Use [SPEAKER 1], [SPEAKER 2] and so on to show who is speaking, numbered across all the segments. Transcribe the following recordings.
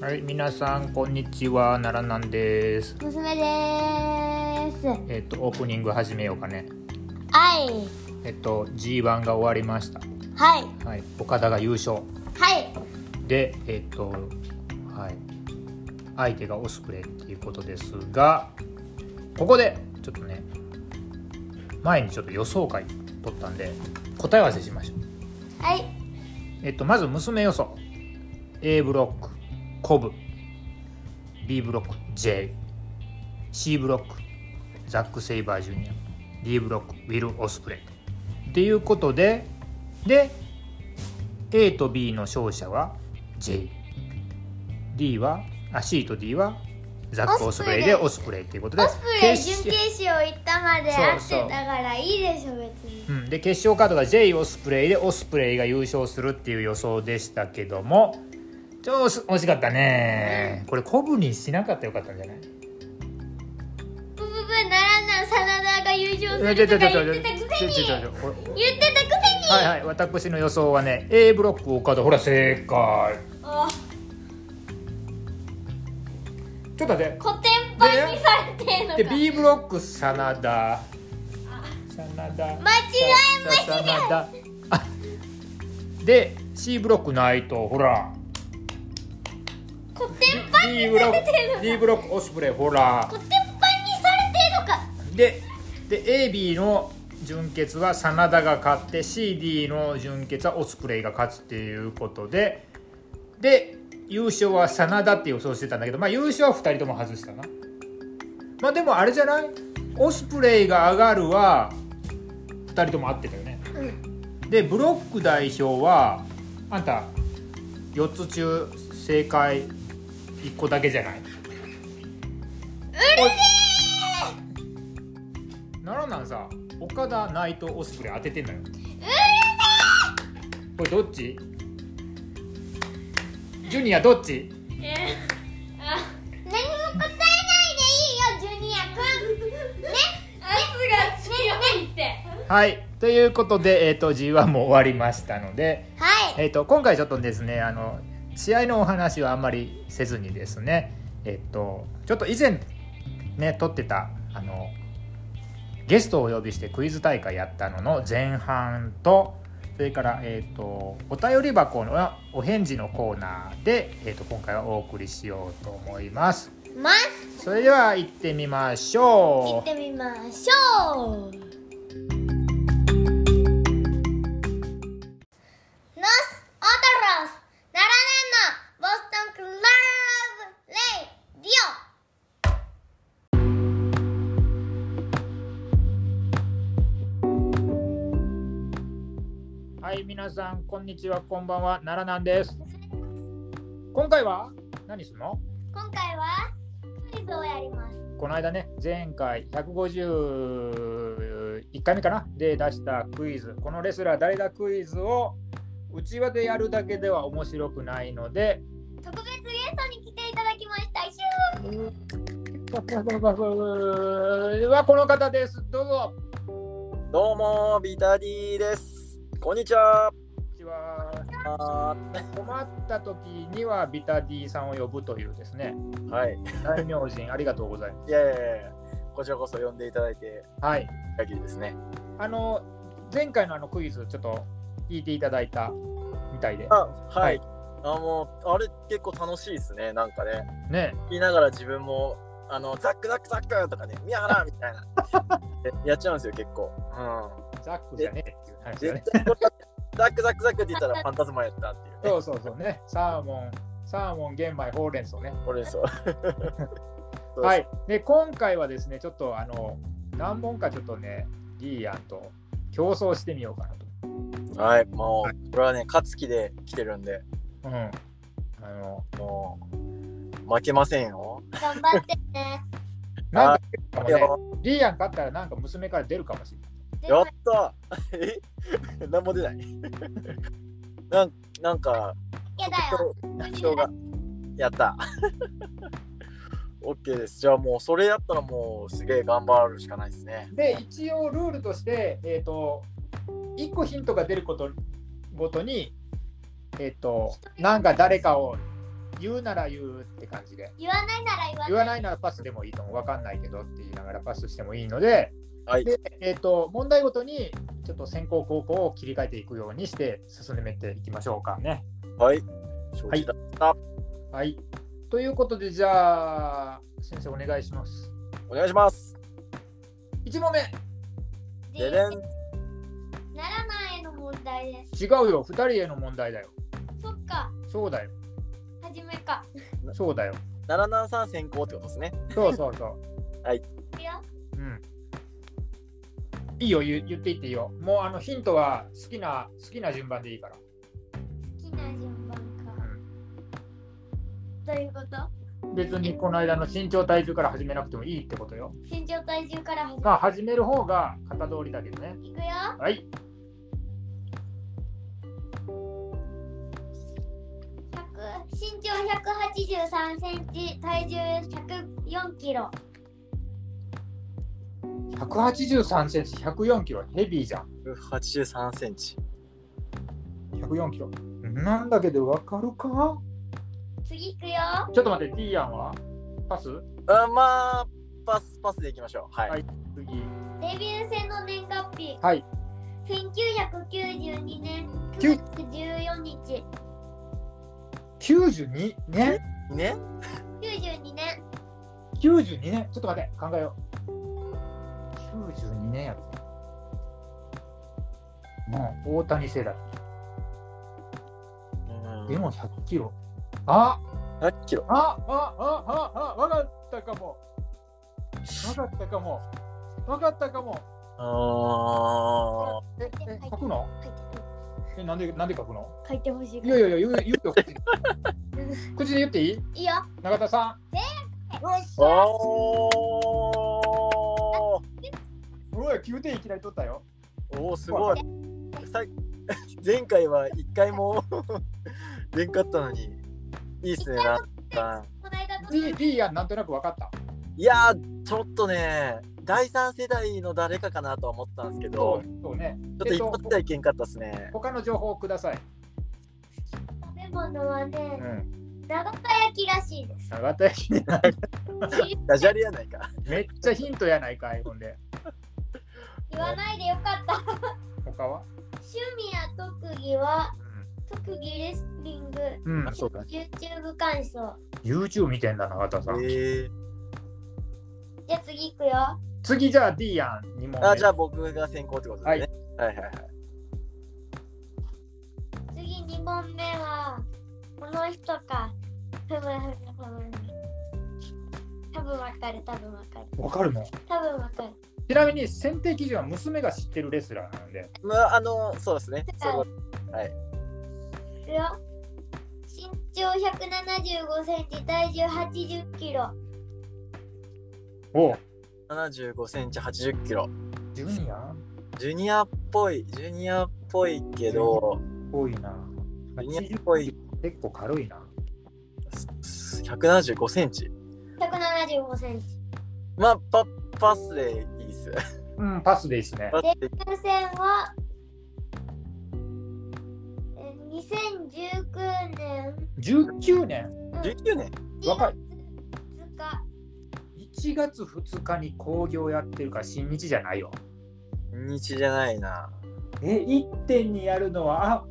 [SPEAKER 1] はい、皆さんこんにちは、奈良なんです。
[SPEAKER 2] 娘ですは
[SPEAKER 1] えっとオープニング始めようかね。
[SPEAKER 2] い
[SPEAKER 1] えっと G1 が終わりました。
[SPEAKER 2] はい
[SPEAKER 1] はい、岡田が優勝
[SPEAKER 2] はい
[SPEAKER 1] で、えっとはい、相手がオスプレイっていうことですが、ここでちょっとね、前にちょっと予想会取ったんで答え合わせしましょう。
[SPEAKER 2] はい
[SPEAKER 1] えっとまず娘予想、A ブロックコブ、B ブロック J、C ブロックザック・セイバージュニア D ブロックウィル・オスプレイっていうことでで A と B の勝者は JD はあ C と D はザック・オスプレイでオ
[SPEAKER 2] オ
[SPEAKER 1] スプレイっていうことで
[SPEAKER 2] オスプレイ
[SPEAKER 1] 決
[SPEAKER 2] 準
[SPEAKER 1] し
[SPEAKER 2] 決勝行ったまで会っ
[SPEAKER 1] そう
[SPEAKER 2] て
[SPEAKER 1] そう
[SPEAKER 2] たからいいでしょ別に
[SPEAKER 1] うん、で決勝カードが J オスプレイでオスプレイが優勝するっていう予想でしたけどもちょっと惜し惜しかったねこれコブにしなかったらよかったんじゃない
[SPEAKER 2] ブブブならな真田が優勝するとか言ってたくせに
[SPEAKER 1] ちょちょちょちょちょちょち
[SPEAKER 2] 言
[SPEAKER 1] ょこれ
[SPEAKER 2] ってたくせに
[SPEAKER 1] はいはい私の予想はね A ブロック岡田ほら正解
[SPEAKER 2] あ
[SPEAKER 1] ちょっと待って
[SPEAKER 2] コテンパンにされてんのか
[SPEAKER 1] で B ブロック真田真田
[SPEAKER 2] 間違えました
[SPEAKER 1] 真田あで C ブロック内藤ほら
[SPEAKER 2] コテンパン
[SPEAKER 1] D
[SPEAKER 2] に
[SPEAKER 1] ブロ
[SPEAKER 2] され
[SPEAKER 1] ック
[SPEAKER 2] てんのか
[SPEAKER 1] D ブロックオスプレイほら
[SPEAKER 2] コテンパンにされてんのか
[SPEAKER 1] でで AB の準決は真田が勝って CD の準決はオスプレイが勝つっていうことでで優勝は真田って予想してたんだけどまあ優勝は2人とも外したなまあでもあれじゃないオスプレイが上がるは2人とも合ってたよね
[SPEAKER 2] うん
[SPEAKER 1] でブロック代表はあんた4つ中正解1個だけじゃないう
[SPEAKER 2] るせ
[SPEAKER 1] 奈良なんさ岡田内藤オスプレイ当ててんだよ
[SPEAKER 2] えうるせ
[SPEAKER 1] これどっちジュニアどっち
[SPEAKER 2] えあ何も答えないでいいよジュニアくんねあいつが強いって
[SPEAKER 1] はいということで、えー、と G1 も終わりましたので、
[SPEAKER 2] は
[SPEAKER 1] え
[SPEAKER 2] い
[SPEAKER 1] ー、と今回ちょっとですねあの試合のお話はあんまりせずにですねえっ、とちょっと以前ね撮ってたあのゲストをお呼びしてクイズ大会やったのの前半とそれから、えー、とお便り箱のお返事のコーナーで、えー、と今回はお送りしようと思います。
[SPEAKER 2] ます
[SPEAKER 1] それでは行ってみましょう。
[SPEAKER 2] 行ってみましょうノスオトロス奈良ナのボストンクラブレイディ
[SPEAKER 1] はい、皆さん、こんにちは、こんばんは、奈良なんです。今回は何するの
[SPEAKER 2] オ今回はクイズをやります
[SPEAKER 1] この間ね、前回151回目かなで出したクイズ、このレスラー誰だクイズをうちわでやるだけでは面白くないので、
[SPEAKER 2] 特別ゲストに来ていただきましたシュー
[SPEAKER 1] はこの方です。どうぞ。
[SPEAKER 3] どうもビタディです。こんにちは。
[SPEAKER 1] こんにちは
[SPEAKER 3] は
[SPEAKER 1] 困った時にはビタディさんを呼ぶというですね、
[SPEAKER 3] い。
[SPEAKER 1] 大名人ありがとうございます。
[SPEAKER 3] いやいやいや。こちらこそ呼んでいただいて
[SPEAKER 1] はい、
[SPEAKER 3] 限りですね。
[SPEAKER 1] あの前回のあのクイズちょっと聞いていただいたみたいで
[SPEAKER 3] あ、はいい。あもうあれ結構楽しいですね。なんかね、
[SPEAKER 1] ね
[SPEAKER 3] 言いながら自分もあのザックザックザックとかね、ミヤハラみたいなえやっちゃうんですよ結構。
[SPEAKER 1] ザックじゃねえっていう話だ
[SPEAKER 3] うん。
[SPEAKER 1] ね
[SPEAKER 3] 絶対これザックザックザックって言ったらファンタズマやったっていうね。
[SPEAKER 1] そうそうそうねサーモンサーモン玄米ほうれん草ね
[SPEAKER 3] これですよ。そう
[SPEAKER 1] はいで今回はですねちょっとあの何本かちょっとねリーヤンと競争してみようかなと
[SPEAKER 3] はい。もうこれはね勝つ気で来てるんで、
[SPEAKER 1] うんあの
[SPEAKER 3] もう負けませんよ。
[SPEAKER 2] 頑張ってね
[SPEAKER 1] なんか出るかも
[SPEAKER 3] いや
[SPEAKER 1] ねリーヤン勝ったらなんか娘から出るかもしれない
[SPEAKER 3] やったえ 何も出ないなんなんか
[SPEAKER 2] やだよ
[SPEAKER 3] 特徴がやった オッケーですじゃあもうそれやったらもうすげえ頑張るしかないですね
[SPEAKER 1] で一応ルールとして、えっと1個ヒントが出ることごとに、えっとなんか誰かを言うなら言うって感じで
[SPEAKER 2] 言わないなら言わない
[SPEAKER 1] 言わないならパスでもいいとも分かんないけどって言いながらパスしてもいいので、
[SPEAKER 3] はい
[SPEAKER 1] でえー、と問題ごとにちょっと先行後攻を切り替えていくようにして進めていきましょうかね。
[SPEAKER 3] はい。承知だった。
[SPEAKER 1] はい、ということでじゃあ先生お願いします。
[SPEAKER 3] お願いします。
[SPEAKER 1] 1問目
[SPEAKER 3] ででん。
[SPEAKER 2] ならないの問題です
[SPEAKER 1] 違うよ2人への問題だよ。
[SPEAKER 2] そっか
[SPEAKER 1] そうだよ
[SPEAKER 2] 初めか
[SPEAKER 1] そうだよ。
[SPEAKER 3] 七七三先行ってことですね。
[SPEAKER 1] そうそう そ
[SPEAKER 2] いくよ
[SPEAKER 1] う。うんいいよ言う言っていっていいよ。もうあのヒントは好きな好きな順番でいいから。
[SPEAKER 2] 好きな順番
[SPEAKER 1] う
[SPEAKER 2] か
[SPEAKER 1] ん
[SPEAKER 2] どういうこと
[SPEAKER 1] 別にこの間の身長体重から始めなくてもいいってことよ。
[SPEAKER 2] 身長体重から始
[SPEAKER 1] まあ始める方が型通りだけどね。
[SPEAKER 2] めいくよ
[SPEAKER 1] はい。
[SPEAKER 2] 100身長183センチ体重104キロ
[SPEAKER 1] 183センチ、104キロ、ヘビーじゃん。
[SPEAKER 3] 八十三センチ。
[SPEAKER 1] 104キロ。なんだけどわかるか
[SPEAKER 2] 次いくよ
[SPEAKER 1] ちょっと待って、ティーアンはパス
[SPEAKER 3] あまあパスパスでいきましょう。はい。
[SPEAKER 1] はい次。
[SPEAKER 2] デビュー戦の年月日
[SPEAKER 1] はい。
[SPEAKER 2] 1992年
[SPEAKER 1] きゅ
[SPEAKER 2] 9月14日
[SPEAKER 1] 92年
[SPEAKER 3] ね。
[SPEAKER 2] 92年
[SPEAKER 1] ?92 年ちょっと待って、考えよう。92年やろ。もう大谷世代。でも100キロ。あ
[SPEAKER 3] 百キロ。
[SPEAKER 1] あああああわかったかも。わかったかも。わかったかも。
[SPEAKER 3] あ
[SPEAKER 1] え、え、書くの？
[SPEAKER 2] 書いて
[SPEAKER 1] え、なんでなんで書くの？
[SPEAKER 2] 書いてほしい
[SPEAKER 1] いやいやいや、言う言うよ。口で言っていい？
[SPEAKER 2] いいよ
[SPEAKER 1] 永田さん。よし
[SPEAKER 3] あ。おお。
[SPEAKER 1] うわ、9点いきなり取ったよ。
[SPEAKER 3] おおすごい。 さ前回は一回も 出んかったのにいいっすねなんか
[SPEAKER 2] この間の
[SPEAKER 1] D D やんなんとなくわかった。
[SPEAKER 3] いやーちょっとね第三世代の誰かかなとは思ったんですけ
[SPEAKER 1] そ
[SPEAKER 3] ど
[SPEAKER 1] うそうね。
[SPEAKER 3] ちょっと一発ではいけんかったっすね。
[SPEAKER 1] 他の情報をください。
[SPEAKER 2] 食べ物は
[SPEAKER 1] う
[SPEAKER 2] ね
[SPEAKER 1] ん。
[SPEAKER 2] 長田焼きらしいです
[SPEAKER 1] 永田駅に
[SPEAKER 3] ダジャレやないか。
[SPEAKER 1] めっちゃヒントやないかいほんで。
[SPEAKER 2] 言わないでよかった
[SPEAKER 1] 他は？
[SPEAKER 2] 趣味や特技は特技レスリング
[SPEAKER 1] うん。うん、そうだ。
[SPEAKER 2] YouTube 鑑賞
[SPEAKER 1] YouTube 見てんだ永田さん。
[SPEAKER 3] えー、
[SPEAKER 2] じゃあ次いくよ
[SPEAKER 1] 次じゃあ D やんに問目。
[SPEAKER 3] あじゃあ僕が先行ってことですね。はい、はいはいはい
[SPEAKER 2] 次2問目はこの人かふむふむふむ多分わかる多分わかる
[SPEAKER 1] わかるの？
[SPEAKER 2] 多分わかる
[SPEAKER 1] ちなみに選定基準は娘が知ってるレスラーなんで、
[SPEAKER 3] まあ、あのそうですね。そう
[SPEAKER 2] いくよ身長175センチ体重80キロ
[SPEAKER 1] お
[SPEAKER 3] 75センチ80キロ。
[SPEAKER 1] ジュニア
[SPEAKER 3] ジュニアっぽいジュニアっぽいけど
[SPEAKER 1] 多いな。
[SPEAKER 3] ジュニアっぽい
[SPEAKER 1] 結構軽いな。
[SPEAKER 3] 175センチ。
[SPEAKER 2] 175センチ
[SPEAKER 3] まあ、パパスでいいっす。
[SPEAKER 1] うん、パスでいいですね
[SPEAKER 3] パ。ス で
[SPEAKER 2] 抽選はえ2019年
[SPEAKER 1] 19年
[SPEAKER 3] 19年
[SPEAKER 1] 若い
[SPEAKER 2] 2日
[SPEAKER 1] 1月2日に興行やってるから新日じゃないよ。
[SPEAKER 3] 日じゃないな。
[SPEAKER 1] え、1点にやるのは、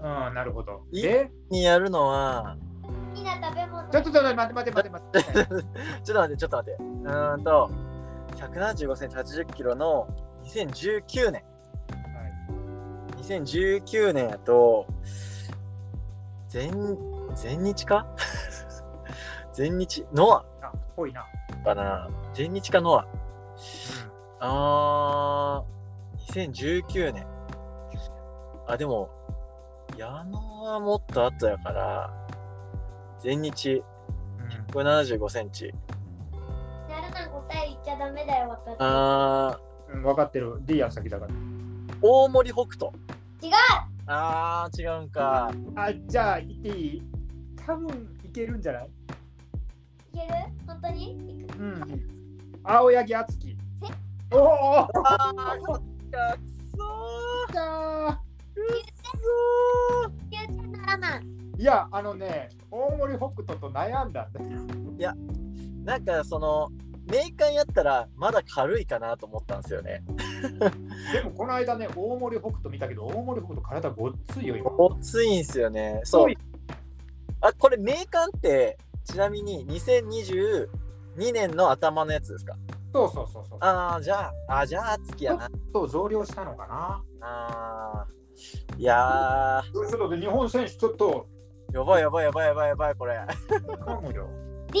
[SPEAKER 1] あうん、なるほど。
[SPEAKER 3] い
[SPEAKER 1] え、
[SPEAKER 3] にやるのは、
[SPEAKER 2] 好きな食べ物
[SPEAKER 1] ちょっとちょっと待って待って待って待 って。
[SPEAKER 3] ちょっと待って、ちょっと待って。うーんと、175センチ80キロの2019年。2019年やと、全、全日か 全日、ノ
[SPEAKER 1] あ、ぽいな。
[SPEAKER 3] アかな全日かノア。あー、2019年。あ、でも、矢野はもっと後やから、全日
[SPEAKER 1] うん
[SPEAKER 3] 175センチ。
[SPEAKER 2] ならない答え言っちゃダメだよ私
[SPEAKER 3] あ
[SPEAKER 1] うん、分かってる。D や先だから。
[SPEAKER 3] ー、大森北斗。
[SPEAKER 2] 違う
[SPEAKER 3] あー、違うんか。
[SPEAKER 1] あ、じゃあ、行っていい多分いけるんじゃない
[SPEAKER 2] いける本当にいく
[SPEAKER 1] うん。青柳敦樹。おおー
[SPEAKER 3] あー、そっか。くそ
[SPEAKER 1] か
[SPEAKER 2] 言っちゃならない
[SPEAKER 1] ーいや、あのね、大森北斗と悩んだんだよ。
[SPEAKER 3] なんかそのメーカーやったらまだ軽いかなと思ったんですよね。
[SPEAKER 1] でも、この間ね、大森北斗見たけど、大森北斗体ごっついよ、今。
[SPEAKER 3] ごついんすよね。そう。あこれメーカーってちなみに2022年の頭のやつですか
[SPEAKER 1] そうそうそうそう。
[SPEAKER 3] ああじゃああじゃあ月やな。
[SPEAKER 1] そう、増量したのかな。
[SPEAKER 3] あーいや
[SPEAKER 1] ちょっとで日本選手、ちょっと、
[SPEAKER 3] ーやばいやばいやばいやばいやばいこれ。
[SPEAKER 1] 頼むよ。
[SPEAKER 2] ディ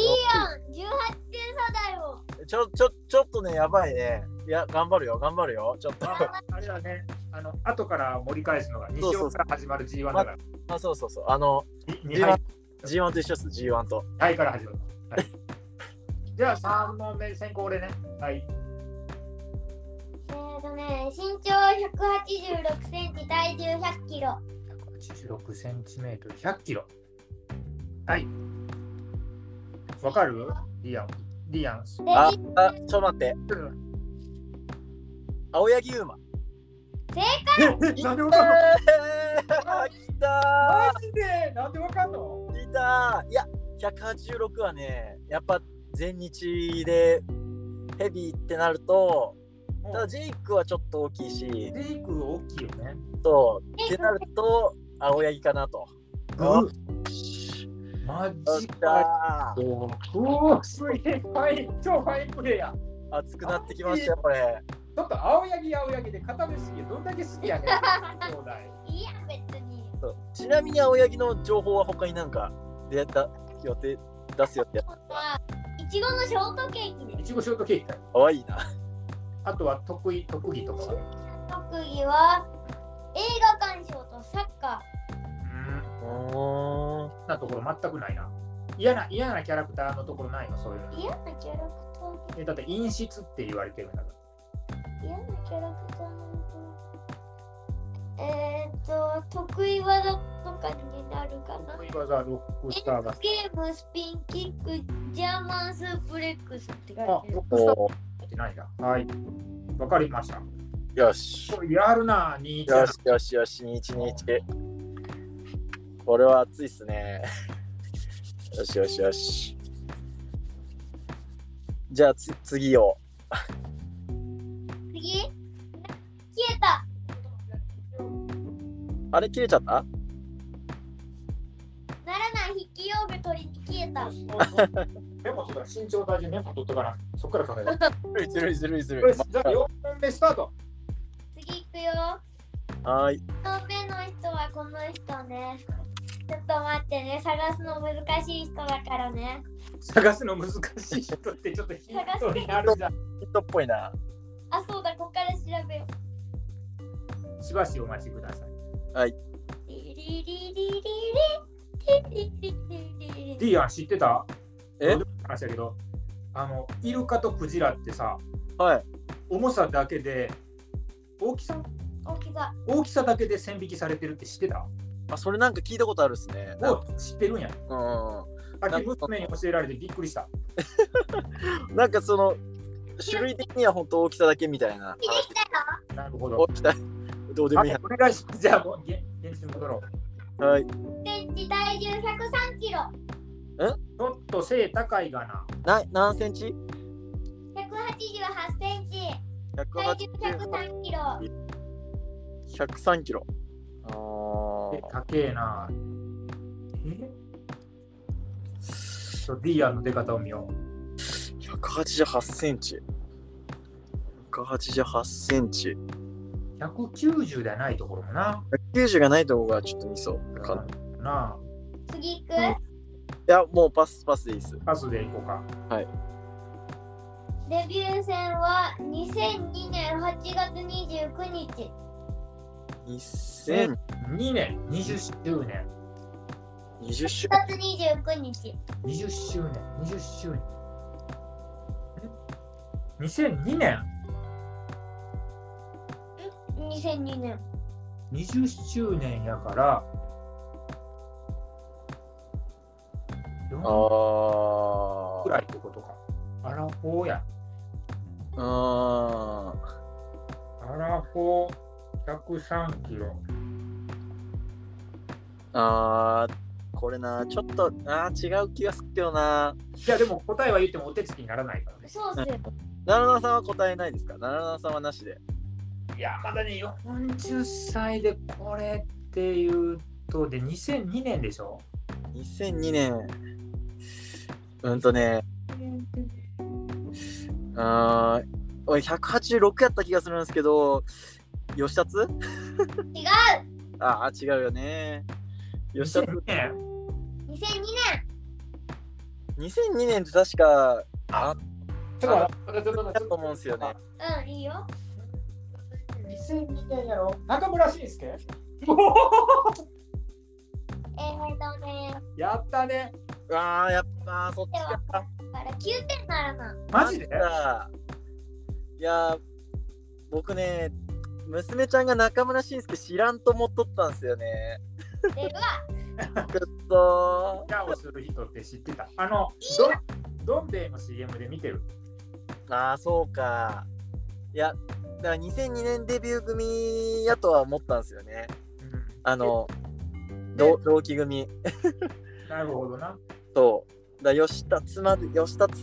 [SPEAKER 2] オン、18点差だよ。
[SPEAKER 3] ちょちょちょっとねやばいね。いや頑張るよ頑張るよちょっと。
[SPEAKER 1] ああれだね、あの後から盛り返すのが、
[SPEAKER 3] そう
[SPEAKER 1] 西
[SPEAKER 3] そう
[SPEAKER 1] 尾から始まる G1 だから、
[SPEAKER 3] あそうそうそうあの
[SPEAKER 1] 2
[SPEAKER 3] G1
[SPEAKER 1] 杯、
[SPEAKER 3] G1 と一緒っす G1 と。
[SPEAKER 1] はいから始まる。はい じゃあ3問目、先行でね。はい。
[SPEAKER 2] えーとね、身長186センチ、体重100キロ。
[SPEAKER 1] 86センチメートル、100キロ。はい。わかるリアン。リアン。
[SPEAKER 2] で、
[SPEAKER 3] あ
[SPEAKER 2] 正
[SPEAKER 3] あちょっと待って青柳馬。
[SPEAKER 1] え、なんでわか
[SPEAKER 3] え
[SPEAKER 1] んの
[SPEAKER 3] ー、来た
[SPEAKER 1] マジでなんでわかんの
[SPEAKER 3] ー来たーいや186はねやっぱ全日でヘビーってなるとただジェイクはちょっと大きいし
[SPEAKER 1] レイク大きいよね。
[SPEAKER 3] とってなると青柳かなと。
[SPEAKER 1] うんマ
[SPEAKER 3] よっ
[SPEAKER 1] ジ
[SPEAKER 3] し
[SPEAKER 1] か。
[SPEAKER 3] ゃー
[SPEAKER 1] おお、すげえ、ファイン、超ファインプレイヤー。
[SPEAKER 3] 熱くなってきましたよこれ。
[SPEAKER 1] ちょっと青柳青柳で片目すぎどんだけ好きやねん。兄弟
[SPEAKER 2] いや、別に。
[SPEAKER 3] そうちなみに青柳の情報は他になんか出た予定出すよって
[SPEAKER 2] 今度はいちごのショートケーキで
[SPEAKER 1] い
[SPEAKER 2] す。
[SPEAKER 1] ちごショートケーキ。
[SPEAKER 3] かわいいな。
[SPEAKER 1] あとは得意特技とかは。
[SPEAKER 2] 特技は映画鑑賞とサッカ
[SPEAKER 1] うん。
[SPEAKER 3] うーん
[SPEAKER 1] なところ全くないな。嫌な嫌なキャラクターのところないのそういう
[SPEAKER 2] ー。
[SPEAKER 1] の。
[SPEAKER 2] 嫌なキャラクター
[SPEAKER 1] えだって陰湿って言われてるんだか。
[SPEAKER 2] 嫌なキャラクターなのかなえー、っと、得意技とかになるからな
[SPEAKER 1] 得。意技はロックスターが好き。
[SPEAKER 2] ゲーム、スピンキック、ジャーマンスープレックスって
[SPEAKER 1] あ、
[SPEAKER 2] 書
[SPEAKER 1] ロ
[SPEAKER 2] いてる。
[SPEAKER 1] ックスター
[SPEAKER 3] お
[SPEAKER 1] ってないだ。はい。わかりました。
[SPEAKER 3] ーよし。
[SPEAKER 1] これやるな、に
[SPEAKER 3] よしよしよし、日日。これは暑いっすね。よしよしよし。じゃあつ次を。
[SPEAKER 2] 次消えた
[SPEAKER 3] あれ切れちゃった
[SPEAKER 2] ならない筆記用具取りに消えた。
[SPEAKER 1] メモとか身長体重メモ取っとかな。そっから考える。
[SPEAKER 3] ずるいずるいず
[SPEAKER 1] よ
[SPEAKER 3] る
[SPEAKER 1] しじゃあ4問目スタート。
[SPEAKER 2] 次行くよ。
[SPEAKER 3] はーい。
[SPEAKER 2] 1人目の人はこの人ね。ちょっと待ってね、探すの難しい人だからね。
[SPEAKER 1] 探すの難しい人ってちょっとヒントになるじゃん。
[SPEAKER 3] ヒットっぽいな。
[SPEAKER 2] あ、そうだ、ここから調べよう。
[SPEAKER 1] しばしお待ちください。
[SPEAKER 2] リリリリリリリリリリリリ
[SPEAKER 1] ディアン知ってた
[SPEAKER 3] え
[SPEAKER 1] 話だけどあのイルカとクジラってさ
[SPEAKER 3] はい。
[SPEAKER 1] 重さだけで大きさ
[SPEAKER 2] 大きさ。
[SPEAKER 1] 大きさだけで線引きされてるって知ってた
[SPEAKER 3] あ、それなんか聞いたことあるっすね。
[SPEAKER 1] お知ってるんや
[SPEAKER 3] う
[SPEAKER 1] あき娘に教えられてびっくりした
[SPEAKER 3] ん。なんかその、種類的には本当大きさだけみたいな。
[SPEAKER 2] できたよ
[SPEAKER 1] なるほど
[SPEAKER 3] 大きさ、どうでも
[SPEAKER 1] あ
[SPEAKER 3] いいや。
[SPEAKER 1] お願いしますじゃあもう現現地に戻ろう
[SPEAKER 3] はい。
[SPEAKER 2] センチ体重103キロ。
[SPEAKER 1] ちょっと背高いがな
[SPEAKER 3] な何センチ
[SPEAKER 2] 188センチ。体重
[SPEAKER 3] ?103
[SPEAKER 2] 103キロ。
[SPEAKER 3] キロ。あ
[SPEAKER 1] 背
[SPEAKER 3] ー
[SPEAKER 1] 高えなえちょっとディアンの出方を見よう
[SPEAKER 3] 188センチ。188センチ。
[SPEAKER 1] 190ではないところもな
[SPEAKER 3] 90がないとこがちょっとミソかな。い
[SPEAKER 1] なあ
[SPEAKER 2] 次行く。
[SPEAKER 3] や、もうパスパスでいいです。
[SPEAKER 1] パスでいこうか
[SPEAKER 2] デビュー戦は2002年8月29日。
[SPEAKER 3] 2020
[SPEAKER 1] 2年20周年
[SPEAKER 3] 周
[SPEAKER 2] 8月29日。
[SPEAKER 1] 20周年、20周年。ん2002年、
[SPEAKER 2] 2002年。
[SPEAKER 1] 20周年やから、4
[SPEAKER 3] あ
[SPEAKER 1] くらいってことか。アラフォーや。
[SPEAKER 3] ー。あー
[SPEAKER 1] アラフォー103キロ。
[SPEAKER 3] あー。ここれな、ちょっと、あー違う気がするけどな。
[SPEAKER 1] いやでも答えは言ってもお手つきにならないからね
[SPEAKER 2] そうっすよ。
[SPEAKER 3] ナラナさんは答えないですかナラナさんはなしで。
[SPEAKER 1] いやまだね40歳でこれっていうとで2002年でしょ
[SPEAKER 3] 2002年。うんとね、あー俺186やった気がするんですけど、吉達
[SPEAKER 2] 違う
[SPEAKER 3] ああ、違うよね。吉田
[SPEAKER 1] 2002年
[SPEAKER 2] 2002年
[SPEAKER 3] 2002年って確か、あ
[SPEAKER 1] ちょっと待ってちょっと待って
[SPEAKER 3] だと思うんですよね。
[SPEAKER 2] うんいいよ
[SPEAKER 1] 2002年やろ中村俊 輔
[SPEAKER 2] えーとね
[SPEAKER 1] やったね
[SPEAKER 3] ああ、やっぱ、そっちか。
[SPEAKER 2] だから9点ならな
[SPEAKER 1] マジで
[SPEAKER 3] あいやー、僕ね、娘ちゃんが中村俊輔知らんと思っとったんですよね。
[SPEAKER 2] では
[SPEAKER 3] ちょっと、
[SPEAKER 1] ギャをする人って知ってたあのどどん兵衛の CM で見てる
[SPEAKER 3] ああ、そうか。いや、だから2002年デビュー組やとは思ったんですよね。あの、同同期組。
[SPEAKER 1] なるほどな
[SPEAKER 3] そう。だ吉達まで、吉達、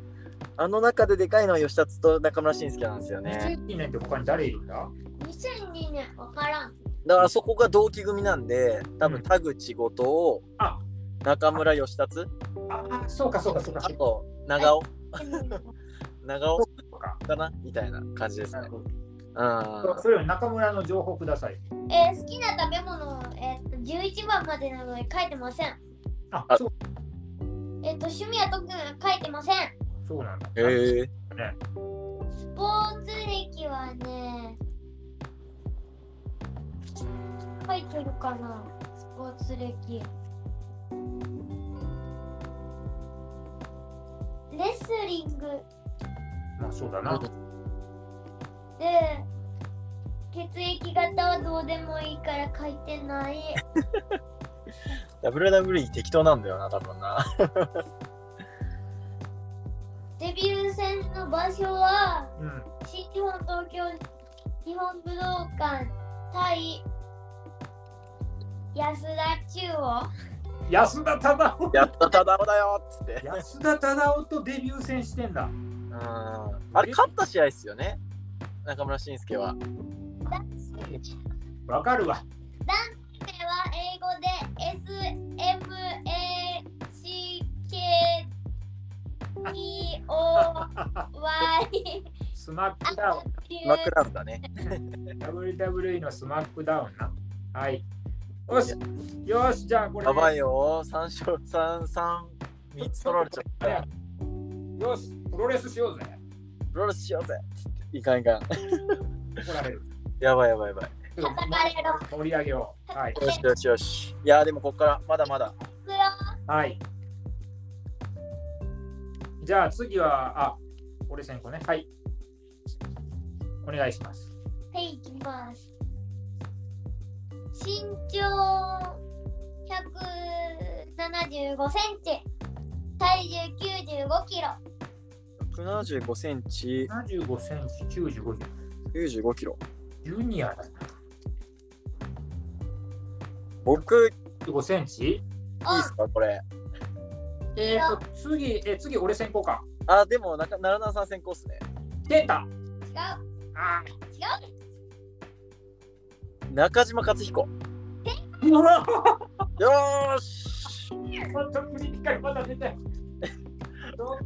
[SPEAKER 3] あの中ででかいのは吉達と中村俊輔なんですよね。
[SPEAKER 1] 2002年って他に誰いるんだ
[SPEAKER 2] 2002年わからん
[SPEAKER 3] だからそこが同期組なんで、多分田口後
[SPEAKER 1] あ
[SPEAKER 3] 藤、中村吉達、
[SPEAKER 1] ああそうかそうかそうか
[SPEAKER 3] あと長尾、長尾
[SPEAKER 1] そうか
[SPEAKER 3] かなみたいな感じです
[SPEAKER 1] な
[SPEAKER 3] ね
[SPEAKER 1] る。ほ
[SPEAKER 3] あ
[SPEAKER 1] どそれより中村の情報ください
[SPEAKER 2] えー、好きな食べ物えー、と11番までなのに書いてません
[SPEAKER 1] あ
[SPEAKER 3] あ
[SPEAKER 1] そう
[SPEAKER 2] えっ、と趣味は特に書いてません
[SPEAKER 1] そうなんだ
[SPEAKER 3] へえ。
[SPEAKER 2] スポーツ歴はね書いてるかなスポーツ歴レスリング
[SPEAKER 1] まあそうだな
[SPEAKER 2] で血液型はどうでもいいから書いてない
[SPEAKER 3] WWE 適当なんだよな、多分な。
[SPEAKER 2] デビュー戦の場所は
[SPEAKER 1] うん
[SPEAKER 2] 新日本東京日本武道館対安田中央
[SPEAKER 1] 安田忠夫
[SPEAKER 3] やったただだよっつって。
[SPEAKER 1] 安田忠夫とデビュー戦してんだ
[SPEAKER 3] うんあれ、勝った試合ですよね。中村俊輔は。
[SPEAKER 2] ダンス名は
[SPEAKER 1] わかるわ
[SPEAKER 2] 英語で SMACKEOY
[SPEAKER 1] スマックダウン
[SPEAKER 3] マクラウンだね。
[SPEAKER 1] WWE のスマックダウンなはいよしよしじゃあこれ
[SPEAKER 3] やばいよ、3勝、3、3、3つ取られちゃっ
[SPEAKER 1] あれや
[SPEAKER 3] た。
[SPEAKER 1] よしプロレスしようぜ
[SPEAKER 3] プロレスしようぜつっていかんいかん。
[SPEAKER 1] 怒られる
[SPEAKER 3] やばいやばいやばい。
[SPEAKER 2] 叩かれろ
[SPEAKER 1] 盛り上げようはい
[SPEAKER 3] よしよしよし。いやーでもこっからまだまだ。
[SPEAKER 2] プロ
[SPEAKER 1] はいじゃあ次はあ俺先行ねはいお願いします
[SPEAKER 2] っていきます身長175センチ体重95キロ
[SPEAKER 3] 175センチ、
[SPEAKER 1] 75センチ95キロ
[SPEAKER 3] 95キロ。
[SPEAKER 1] ジュニアだ
[SPEAKER 3] 僕、い
[SPEAKER 1] 5センチ
[SPEAKER 2] お
[SPEAKER 3] いっすかこれ。
[SPEAKER 1] えー、と次え次俺先行か
[SPEAKER 3] あ、でも、なか奈良奈さん先行っすね。
[SPEAKER 1] 出た
[SPEAKER 2] 違う
[SPEAKER 1] あ
[SPEAKER 2] 違
[SPEAKER 3] 中島克彦。
[SPEAKER 1] うわ
[SPEAKER 3] よーし
[SPEAKER 1] ちょっと振り光まだ出てちょっ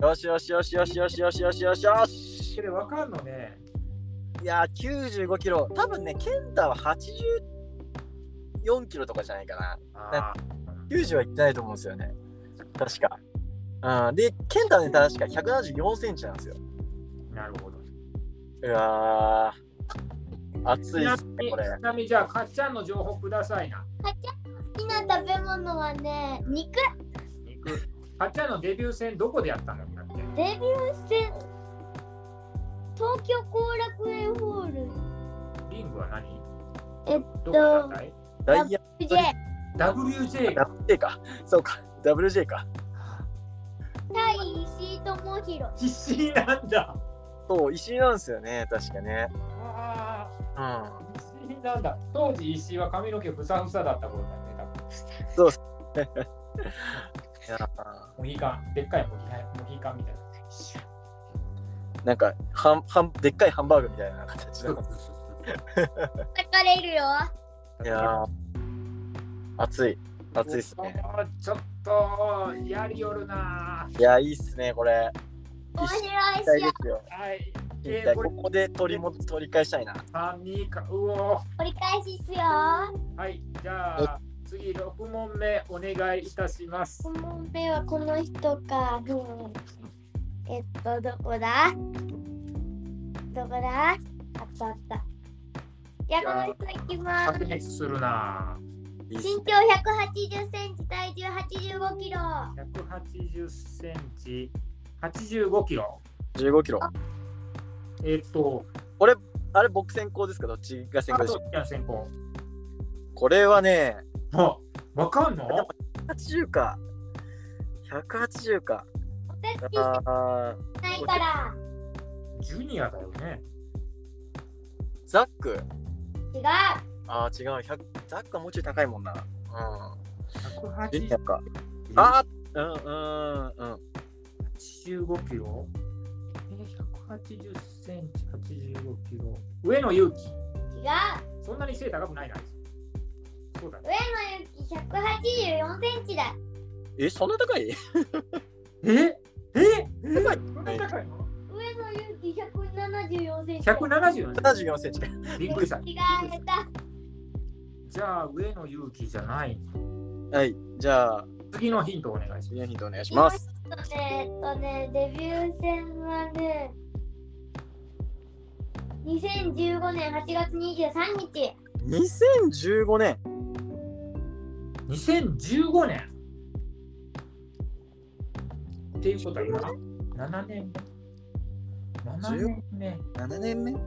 [SPEAKER 1] と
[SPEAKER 3] よしよしよしよしよしよしよしよしよし
[SPEAKER 1] これわかんのね
[SPEAKER 3] いやー95キロ。多分ね、健太は84キロとかじゃないかな。
[SPEAKER 1] あ
[SPEAKER 3] 90はいってないと思うんですよね。確か。うん、で、健太はね、確か174センチなんですよ。
[SPEAKER 1] ーなるほど
[SPEAKER 3] うわー、熱いっすね、
[SPEAKER 1] ち
[SPEAKER 3] これ。
[SPEAKER 1] なみにじゃあかっちゃんの情報くださいな
[SPEAKER 2] うかっちゃんの好きな食べ物はね肉
[SPEAKER 1] 肉かっちゃんのデビュー戦どこでやったんだっけ
[SPEAKER 2] デビュー戦東京後楽園ホール
[SPEAKER 1] リングは何
[SPEAKER 2] えっ
[SPEAKER 1] どこだったい
[SPEAKER 3] ダイヤ
[SPEAKER 2] WJ
[SPEAKER 1] ?WJ が
[SPEAKER 3] WJ か。そうか、WJ か。
[SPEAKER 2] 対石井智弘
[SPEAKER 1] 必死なんだ。
[SPEAKER 3] そう、石井なんですよね、確かね。
[SPEAKER 1] あ
[SPEAKER 3] うん。
[SPEAKER 1] あ、必死なんだ。当時石井は髪の毛ふさふさだった頃だよね。多分
[SPEAKER 3] いや
[SPEAKER 1] モヒカンでっかいモヒカンモヒカンみたいな
[SPEAKER 3] ーなんかはんはんでっかいハンバーグみたいな形の
[SPEAKER 2] 叩かれるよ。
[SPEAKER 3] いやー暑い暑いっすね
[SPEAKER 1] もうちょっとやりよるない
[SPEAKER 3] やいいっすねこれ
[SPEAKER 2] 面白い
[SPEAKER 3] 期待
[SPEAKER 2] しよ
[SPEAKER 3] で。すよ
[SPEAKER 1] はい
[SPEAKER 3] 期
[SPEAKER 1] え
[SPEAKER 3] 待
[SPEAKER 1] これ
[SPEAKER 3] ここで取りも取り返したいな
[SPEAKER 1] 3二かうお
[SPEAKER 2] 折り返しっすよ。
[SPEAKER 1] はいじゃあ次6問目お願いいたします
[SPEAKER 2] この目はこの人か。うんえっと、どこだどこだあったあった。いや、この人行きます
[SPEAKER 1] 白。熱するない
[SPEAKER 3] いっす
[SPEAKER 2] 身長180センチ、体重85キロ。
[SPEAKER 1] 180センチ85キロ
[SPEAKER 3] 15キロ
[SPEAKER 1] えっと
[SPEAKER 3] あれ僕先行ですかどっちが先行でしょう
[SPEAKER 1] あと先行
[SPEAKER 3] これはね
[SPEAKER 1] あわかんの
[SPEAKER 3] 180か180か
[SPEAKER 2] お手つきし
[SPEAKER 3] あ
[SPEAKER 2] て
[SPEAKER 3] ー
[SPEAKER 2] ないから。
[SPEAKER 1] ジュニアだよね
[SPEAKER 3] ザック
[SPEAKER 2] 違う。
[SPEAKER 3] あー違う100ザックはもうちょい高いもんなうんジュニア
[SPEAKER 1] 180
[SPEAKER 3] かあーうんうんうん
[SPEAKER 1] 85キロえー180センチ85キロ上野勇気
[SPEAKER 2] 違う。
[SPEAKER 1] そんなに背高くないなあいつそうだね
[SPEAKER 2] 上野由紀184センチだ。
[SPEAKER 3] えそんな高い
[SPEAKER 1] えええ高いそんなに高いの
[SPEAKER 2] 上野由紀174センチ。
[SPEAKER 1] 170なの
[SPEAKER 3] ?74 センチ
[SPEAKER 1] びっくりした
[SPEAKER 2] 違う、やった。
[SPEAKER 1] じゃあ上野勇気じゃない
[SPEAKER 3] はいじゃあ
[SPEAKER 1] 次のヒントお願いします
[SPEAKER 3] 次のヒントお願いします
[SPEAKER 2] 今ちょっとね、えっとね、デビュー戦はね、2015年8月23日。
[SPEAKER 3] 2015年
[SPEAKER 1] 2015年っていうことは今7年目7年目
[SPEAKER 3] 7年目
[SPEAKER 1] う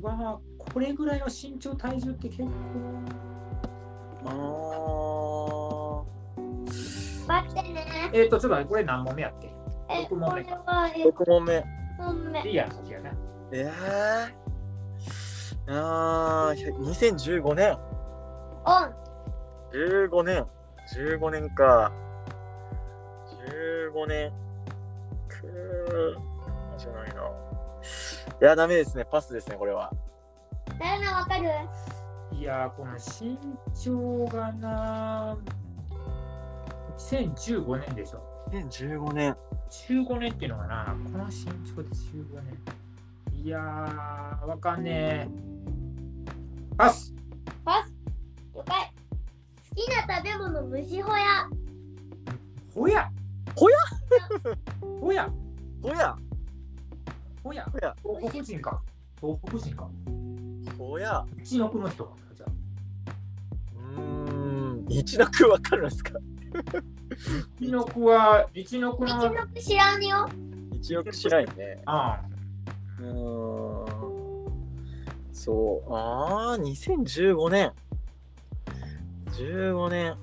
[SPEAKER 1] わこれぐらいの身長体重って結構
[SPEAKER 3] あー
[SPEAKER 2] 待ってね。
[SPEAKER 1] えっ、ー、とちょっと待ってこれ何問目やって
[SPEAKER 2] え、こ
[SPEAKER 1] 六問
[SPEAKER 2] れ
[SPEAKER 1] 目か
[SPEAKER 2] は1
[SPEAKER 3] 6問目
[SPEAKER 2] 本目。
[SPEAKER 1] いいやつやな
[SPEAKER 3] えーあー2015年
[SPEAKER 2] オン。
[SPEAKER 3] 15年15年か15年くーじゃないないやダメですねパスですねこれは
[SPEAKER 2] だよな、わかる
[SPEAKER 1] いやーこの身長がな2015年でしょ
[SPEAKER 3] 2015年
[SPEAKER 1] 15年っていうのがなこの身長で15年いやーわかんねえパス
[SPEAKER 2] パス。了解。好きな食べ物、虫ホヤ。
[SPEAKER 1] ほや
[SPEAKER 3] ほ や
[SPEAKER 1] ほや
[SPEAKER 3] ほや
[SPEAKER 1] ほや
[SPEAKER 3] ほや
[SPEAKER 1] 東北人か東北人か
[SPEAKER 3] ほや
[SPEAKER 1] うちの区の人かじゃあ
[SPEAKER 3] うーん一の句わかるんですか
[SPEAKER 1] うちの区はうちの区
[SPEAKER 2] 道
[SPEAKER 1] の
[SPEAKER 2] のく知らんよ。
[SPEAKER 3] 一の句しないね
[SPEAKER 1] あ
[SPEAKER 3] うーんそうああ2015年15年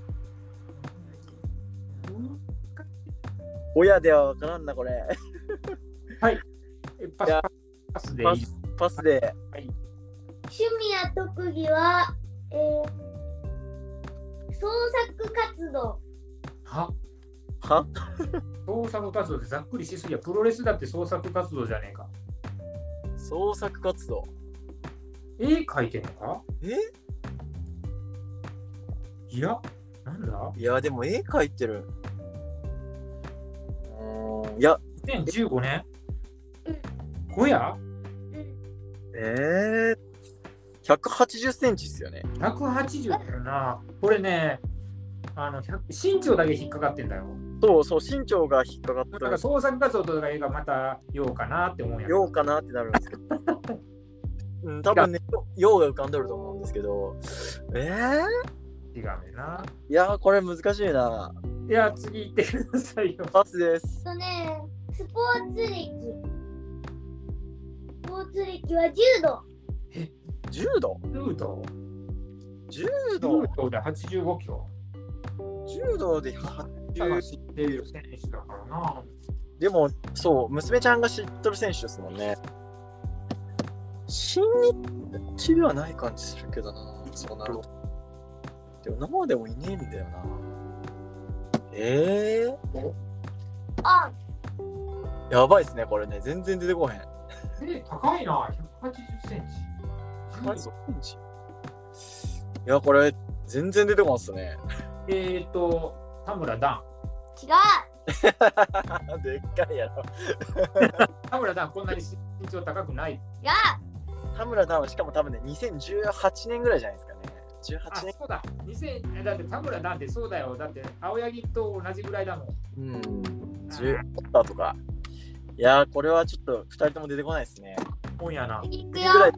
[SPEAKER 3] ほやではわからんなこれ
[SPEAKER 1] えパス
[SPEAKER 3] いや
[SPEAKER 1] パスでい
[SPEAKER 3] パ
[SPEAKER 1] い
[SPEAKER 3] スパスで
[SPEAKER 2] 趣味や特技は、えー、創作活動。
[SPEAKER 1] は
[SPEAKER 3] は
[SPEAKER 1] 創作活動ってざっくりしすぎやプロレスだって創作活動じゃねえか
[SPEAKER 3] 創作活動
[SPEAKER 1] 絵描いてんのか
[SPEAKER 3] え
[SPEAKER 1] いやなんだ
[SPEAKER 3] いや、でも絵描いてる。うーんいや、
[SPEAKER 1] 2015年
[SPEAKER 2] う
[SPEAKER 1] ほや
[SPEAKER 2] うん。
[SPEAKER 3] えー、180センチっすよね。
[SPEAKER 1] 180だよなこれねあの100身長だけ引っかかってんだよ
[SPEAKER 3] そうそう、身長が引っかかった、
[SPEAKER 1] なんから創作活動とかがまたようかなって思うんやけど
[SPEAKER 3] ようかなってなるんです けど。うん、多分ね、ようが浮かんでると思うんですけど。えー、
[SPEAKER 1] 違うねんな。
[SPEAKER 3] いやー、これ難しいな。
[SPEAKER 1] いや、次行ってくださいよ。
[SPEAKER 3] パスです。
[SPEAKER 2] とね、スポーツ歴。スポーツ歴は柔道。
[SPEAKER 3] 柔道
[SPEAKER 1] ルート
[SPEAKER 3] 柔
[SPEAKER 1] ル
[SPEAKER 3] 道
[SPEAKER 1] ートで85キロ。
[SPEAKER 3] 柔道で
[SPEAKER 1] ただ
[SPEAKER 3] 80。
[SPEAKER 1] 知ってる選手だからな。
[SPEAKER 3] でも、そう、娘ちゃんが知っとる選手ですもんね。新日ではない感じするけどな。そうなると。でも生でもいねえんだよな。ええ
[SPEAKER 2] あ、
[SPEAKER 3] やばいっすね、これね。全然出てこへん。
[SPEAKER 1] え高いな、180センチ。
[SPEAKER 3] いや、これ、全然出てこないっすね。
[SPEAKER 1] えっ、ー、と、田村ダ
[SPEAKER 2] 違う。
[SPEAKER 3] でっかいやろ。
[SPEAKER 1] ン。田村ダン、こんなに身長高くない。
[SPEAKER 2] 違う。
[SPEAKER 3] 田村ダンはしかも多分ね、2018年ぐらいじゃないです
[SPEAKER 1] あ、
[SPEAKER 3] か
[SPEAKER 1] そ
[SPEAKER 3] ね。
[SPEAKER 1] うだ。2000えだって田村ダンってそうだよ。だって青柳と同じぐらいだもん。
[SPEAKER 3] 18年。うん。10だとか。いやー、これはちょっと2人とも出てこないですね。
[SPEAKER 1] 本やな。
[SPEAKER 2] 次行く
[SPEAKER 3] ぐら
[SPEAKER 2] よ。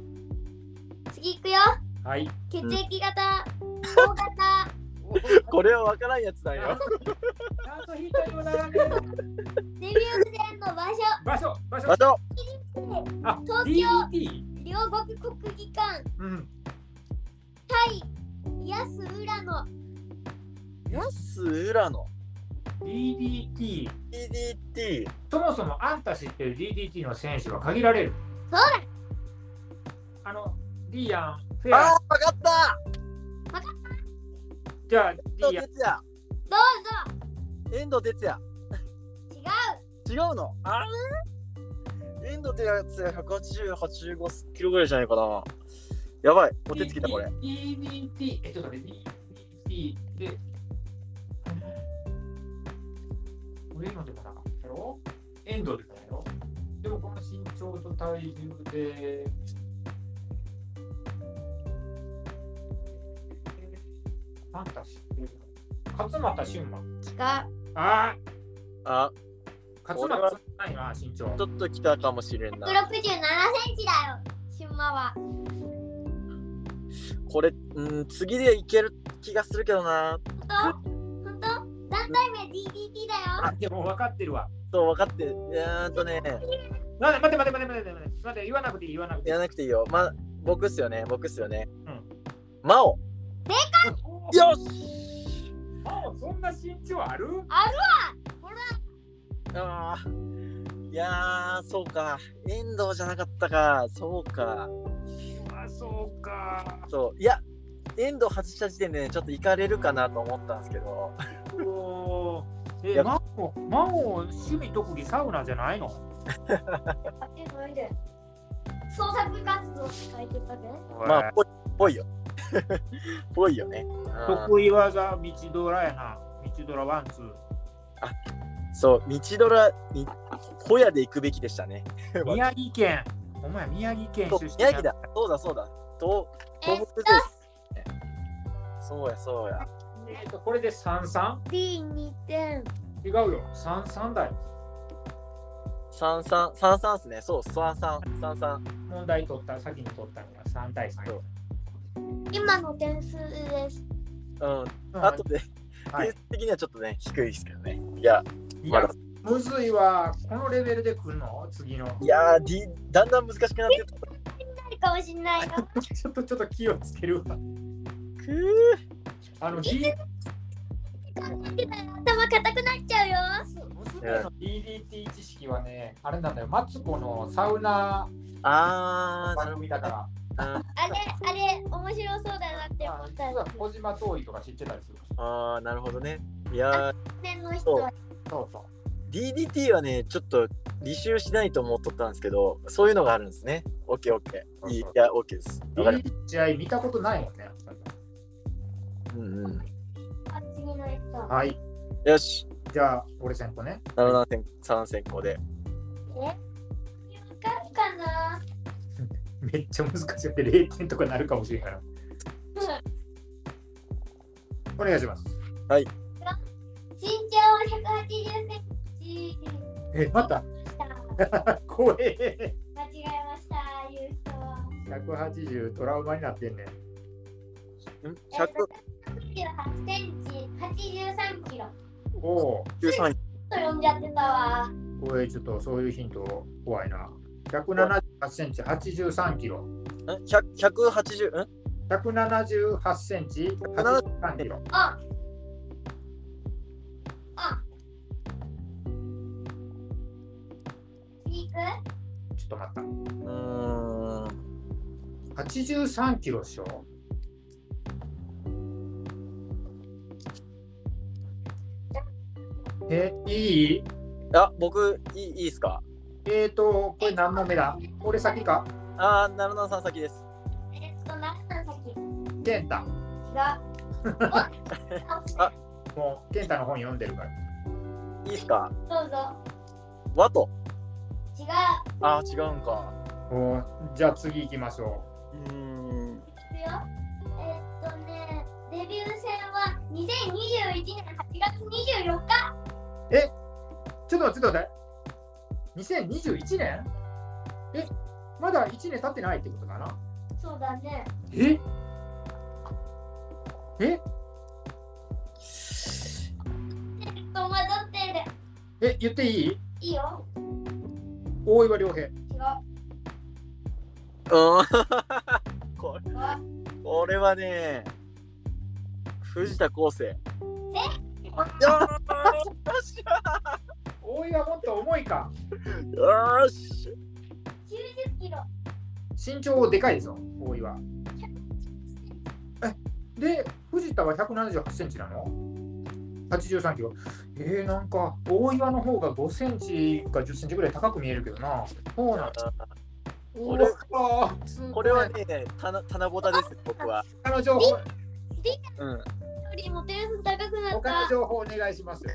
[SPEAKER 3] い
[SPEAKER 2] 次行くよ。
[SPEAKER 1] はい。
[SPEAKER 2] 血液型。O 型。
[SPEAKER 3] これは分からんやつだよ。
[SPEAKER 1] ちゃんと引いたようならけど
[SPEAKER 2] デビュー戦の場所。
[SPEAKER 1] 場所、場所
[SPEAKER 3] あ。と、
[SPEAKER 1] あ、
[SPEAKER 2] 東京
[SPEAKER 1] DDT。
[SPEAKER 2] 両国国技館。
[SPEAKER 1] うん。
[SPEAKER 2] 対。安浦野。
[SPEAKER 3] 安浦の
[SPEAKER 1] DDT。
[SPEAKER 3] DDT。
[SPEAKER 1] そもそもあんた知ってる DDT の選手は限られる。
[SPEAKER 2] そうだ。
[SPEAKER 1] あの、リーアン、フ
[SPEAKER 3] あー、分
[SPEAKER 1] ェア、
[SPEAKER 3] かった
[SPEAKER 1] じゃあ、
[SPEAKER 3] 遠
[SPEAKER 1] リー
[SPEAKER 3] 藤
[SPEAKER 1] アン、
[SPEAKER 3] 哲也。
[SPEAKER 2] どう
[SPEAKER 3] 遠藤哲也。
[SPEAKER 2] ぞ。違う。
[SPEAKER 3] 違うのあれ遠藤哲也180、85キロぐらいじゃないかな。やばい、お手つきだこれ。。
[SPEAKER 1] DDT、え、ちょっと待って、DDT で、俺のでもなかったよ。エンドでもないよ。でもこの身長と体重で、あんた知ってる勝俣俊馬。
[SPEAKER 2] 違う。
[SPEAKER 1] ああ、
[SPEAKER 3] あ、
[SPEAKER 1] 勝俣俊馬ないな、身長。
[SPEAKER 3] ちょっと来たかもしれん
[SPEAKER 2] 百
[SPEAKER 3] な。
[SPEAKER 2] 六十七センチだよ。シュンマは。
[SPEAKER 3] これ、うん、次でいける気がするけどな。
[SPEAKER 2] 本当？本当？団体名 DDT だよ。
[SPEAKER 1] あ、でも分かってるわ。
[SPEAKER 3] そう、分かって。うーんとね、
[SPEAKER 1] な待って待って待って待って待って待って言わなくていい言わなくていい
[SPEAKER 3] やらなくていいよ。ま、僕っすよね、僕っすよね。
[SPEAKER 1] うん。
[SPEAKER 3] 真央。
[SPEAKER 1] いや
[SPEAKER 3] よし
[SPEAKER 1] あそんな身長ある
[SPEAKER 3] ああ。いやー、そうか。遠藤じゃなかったか。そうか。
[SPEAKER 1] あそうか
[SPEAKER 3] そういや遠藤外した時点でねちょっと行かれるかなと思ったんですけど
[SPEAKER 1] おーえ
[SPEAKER 3] いや
[SPEAKER 1] マオマオ趣味特技サウナじゃないの
[SPEAKER 2] え、それで。創作活動って書いてたね。
[SPEAKER 3] まあぽいぽいよ ぽいよねあー
[SPEAKER 1] 得意技道ドラやな道ドラワンツー
[SPEAKER 3] そう道ドラみホヤで行くべきでしたね
[SPEAKER 1] 宮城県お前宮城県
[SPEAKER 3] そう
[SPEAKER 1] 出身
[SPEAKER 3] 宮城だそうだそうだと
[SPEAKER 2] えっ
[SPEAKER 3] 東
[SPEAKER 2] と
[SPEAKER 3] 北ですそうやそうや
[SPEAKER 1] えっとこれで三三
[SPEAKER 2] D2 点。
[SPEAKER 1] 違うよ三三だよ
[SPEAKER 3] 三三三三ですねそう三三三三
[SPEAKER 1] 問題取った先に取ったのが三対三
[SPEAKER 3] そう
[SPEAKER 2] 今の点数です。
[SPEAKER 3] うん
[SPEAKER 1] うん
[SPEAKER 3] あとで
[SPEAKER 1] はい
[SPEAKER 3] 点数的にはちょっとね低いですけどねいや
[SPEAKER 1] い
[SPEAKER 3] ま
[SPEAKER 1] や
[SPEAKER 3] だ
[SPEAKER 1] むずいわこのレベルで来るの次の
[SPEAKER 3] いやー D だんだん難しくなってった
[SPEAKER 2] あるかもしんないよ。
[SPEAKER 1] ちょっとちょっと気をつけるわ。
[SPEAKER 3] くー
[SPEAKER 1] あの、D、
[SPEAKER 2] 考えてたら頭固くなっちゃうよ。
[SPEAKER 1] 娘の DDT 知識はね、あれなんだよ、マツコのサウナ
[SPEAKER 3] あーなる
[SPEAKER 1] 番組だから、
[SPEAKER 3] ほどな
[SPEAKER 2] あれ、あれ、面白そうだなって
[SPEAKER 1] あ
[SPEAKER 2] 思
[SPEAKER 1] の
[SPEAKER 2] っ
[SPEAKER 1] 実
[SPEAKER 2] たん
[SPEAKER 1] は
[SPEAKER 2] です。
[SPEAKER 1] 小島遠いとか知ってたりする。
[SPEAKER 3] ああ、なるほどね。いやー、
[SPEAKER 2] 年の人は。
[SPEAKER 1] そうそう。
[SPEAKER 3] DDT はね、ちょっと履修しないと思っとったんですけど、そういうのがあるんですね。オッケーオッケー。いいいや、オッケーです。わかり
[SPEAKER 1] DDT 見たことないよね。
[SPEAKER 3] うんうん。
[SPEAKER 2] あ、次の人。
[SPEAKER 1] はい。
[SPEAKER 3] よし、
[SPEAKER 1] じゃあ、俺先行ね。
[SPEAKER 3] 7戦、3戦後で。
[SPEAKER 2] えわかるかな
[SPEAKER 1] めっちゃ難しくて0点とかなるかもしれないから。お願いします。
[SPEAKER 2] 身長180センチで
[SPEAKER 1] え、また
[SPEAKER 2] した。
[SPEAKER 1] 怖え。
[SPEAKER 2] 間違えました、言う人は。
[SPEAKER 1] 180トラウマになってんねん。
[SPEAKER 3] ん
[SPEAKER 2] えー198センチ、83キロ。
[SPEAKER 1] おお。
[SPEAKER 3] ?193。
[SPEAKER 2] と呼んじゃってたわ。
[SPEAKER 1] これちょっとそういうヒント怖いな。178センチ、83キロ。
[SPEAKER 3] ん100 ?180? ん
[SPEAKER 1] 178センチ、83キロ。
[SPEAKER 2] ああ次行く
[SPEAKER 1] ちょっと待っ
[SPEAKER 3] うーん。
[SPEAKER 1] た。83キロでしょえ、いい
[SPEAKER 3] あ、僕、いいいいっすか
[SPEAKER 1] えーと、これ何問目だ俺先か
[SPEAKER 3] あー、なるなさん先です。
[SPEAKER 2] えっと、何の先違う。
[SPEAKER 1] 健太。
[SPEAKER 2] おあ
[SPEAKER 1] もう健太の本読んでるから。
[SPEAKER 3] いいっすか
[SPEAKER 2] どうぞ。
[SPEAKER 3] ワト。
[SPEAKER 2] 違う。
[SPEAKER 3] あー、違うんか。
[SPEAKER 1] おーじゃあ次行きましょ
[SPEAKER 3] うーん。
[SPEAKER 2] いくよ。えっとね、デビュー戦は2021年8月24日。
[SPEAKER 1] う。ちょっと待って、ちょっと待って。2021年え、まだ1年経ってないってことかな
[SPEAKER 2] そうだね。
[SPEAKER 1] ええ
[SPEAKER 2] 戸惑ってる。
[SPEAKER 1] え、言っていい
[SPEAKER 2] いいよ。
[SPEAKER 1] 大岩良平。
[SPEAKER 2] 違う。
[SPEAKER 3] うーん。これ、
[SPEAKER 2] あ
[SPEAKER 3] これはね、藤田康生。
[SPEAKER 2] お
[SPEAKER 3] よーし
[SPEAKER 1] 大岩もっと重いか。
[SPEAKER 3] よーし
[SPEAKER 2] 90キロ。
[SPEAKER 1] 身長でかいでしょ、大岩。で、藤田は178センチなの ?83 キロ。えー、なんか、大岩の方が5センチか10センチぐらい高く見えるけどな。そうなんだ。
[SPEAKER 3] これ
[SPEAKER 1] うわーすごい
[SPEAKER 3] これはね、たな、たなぼたです、僕は。
[SPEAKER 1] 他の情報、
[SPEAKER 3] うん。
[SPEAKER 2] よりも点数高くなった。
[SPEAKER 1] 他の情報お願いします。
[SPEAKER 2] 好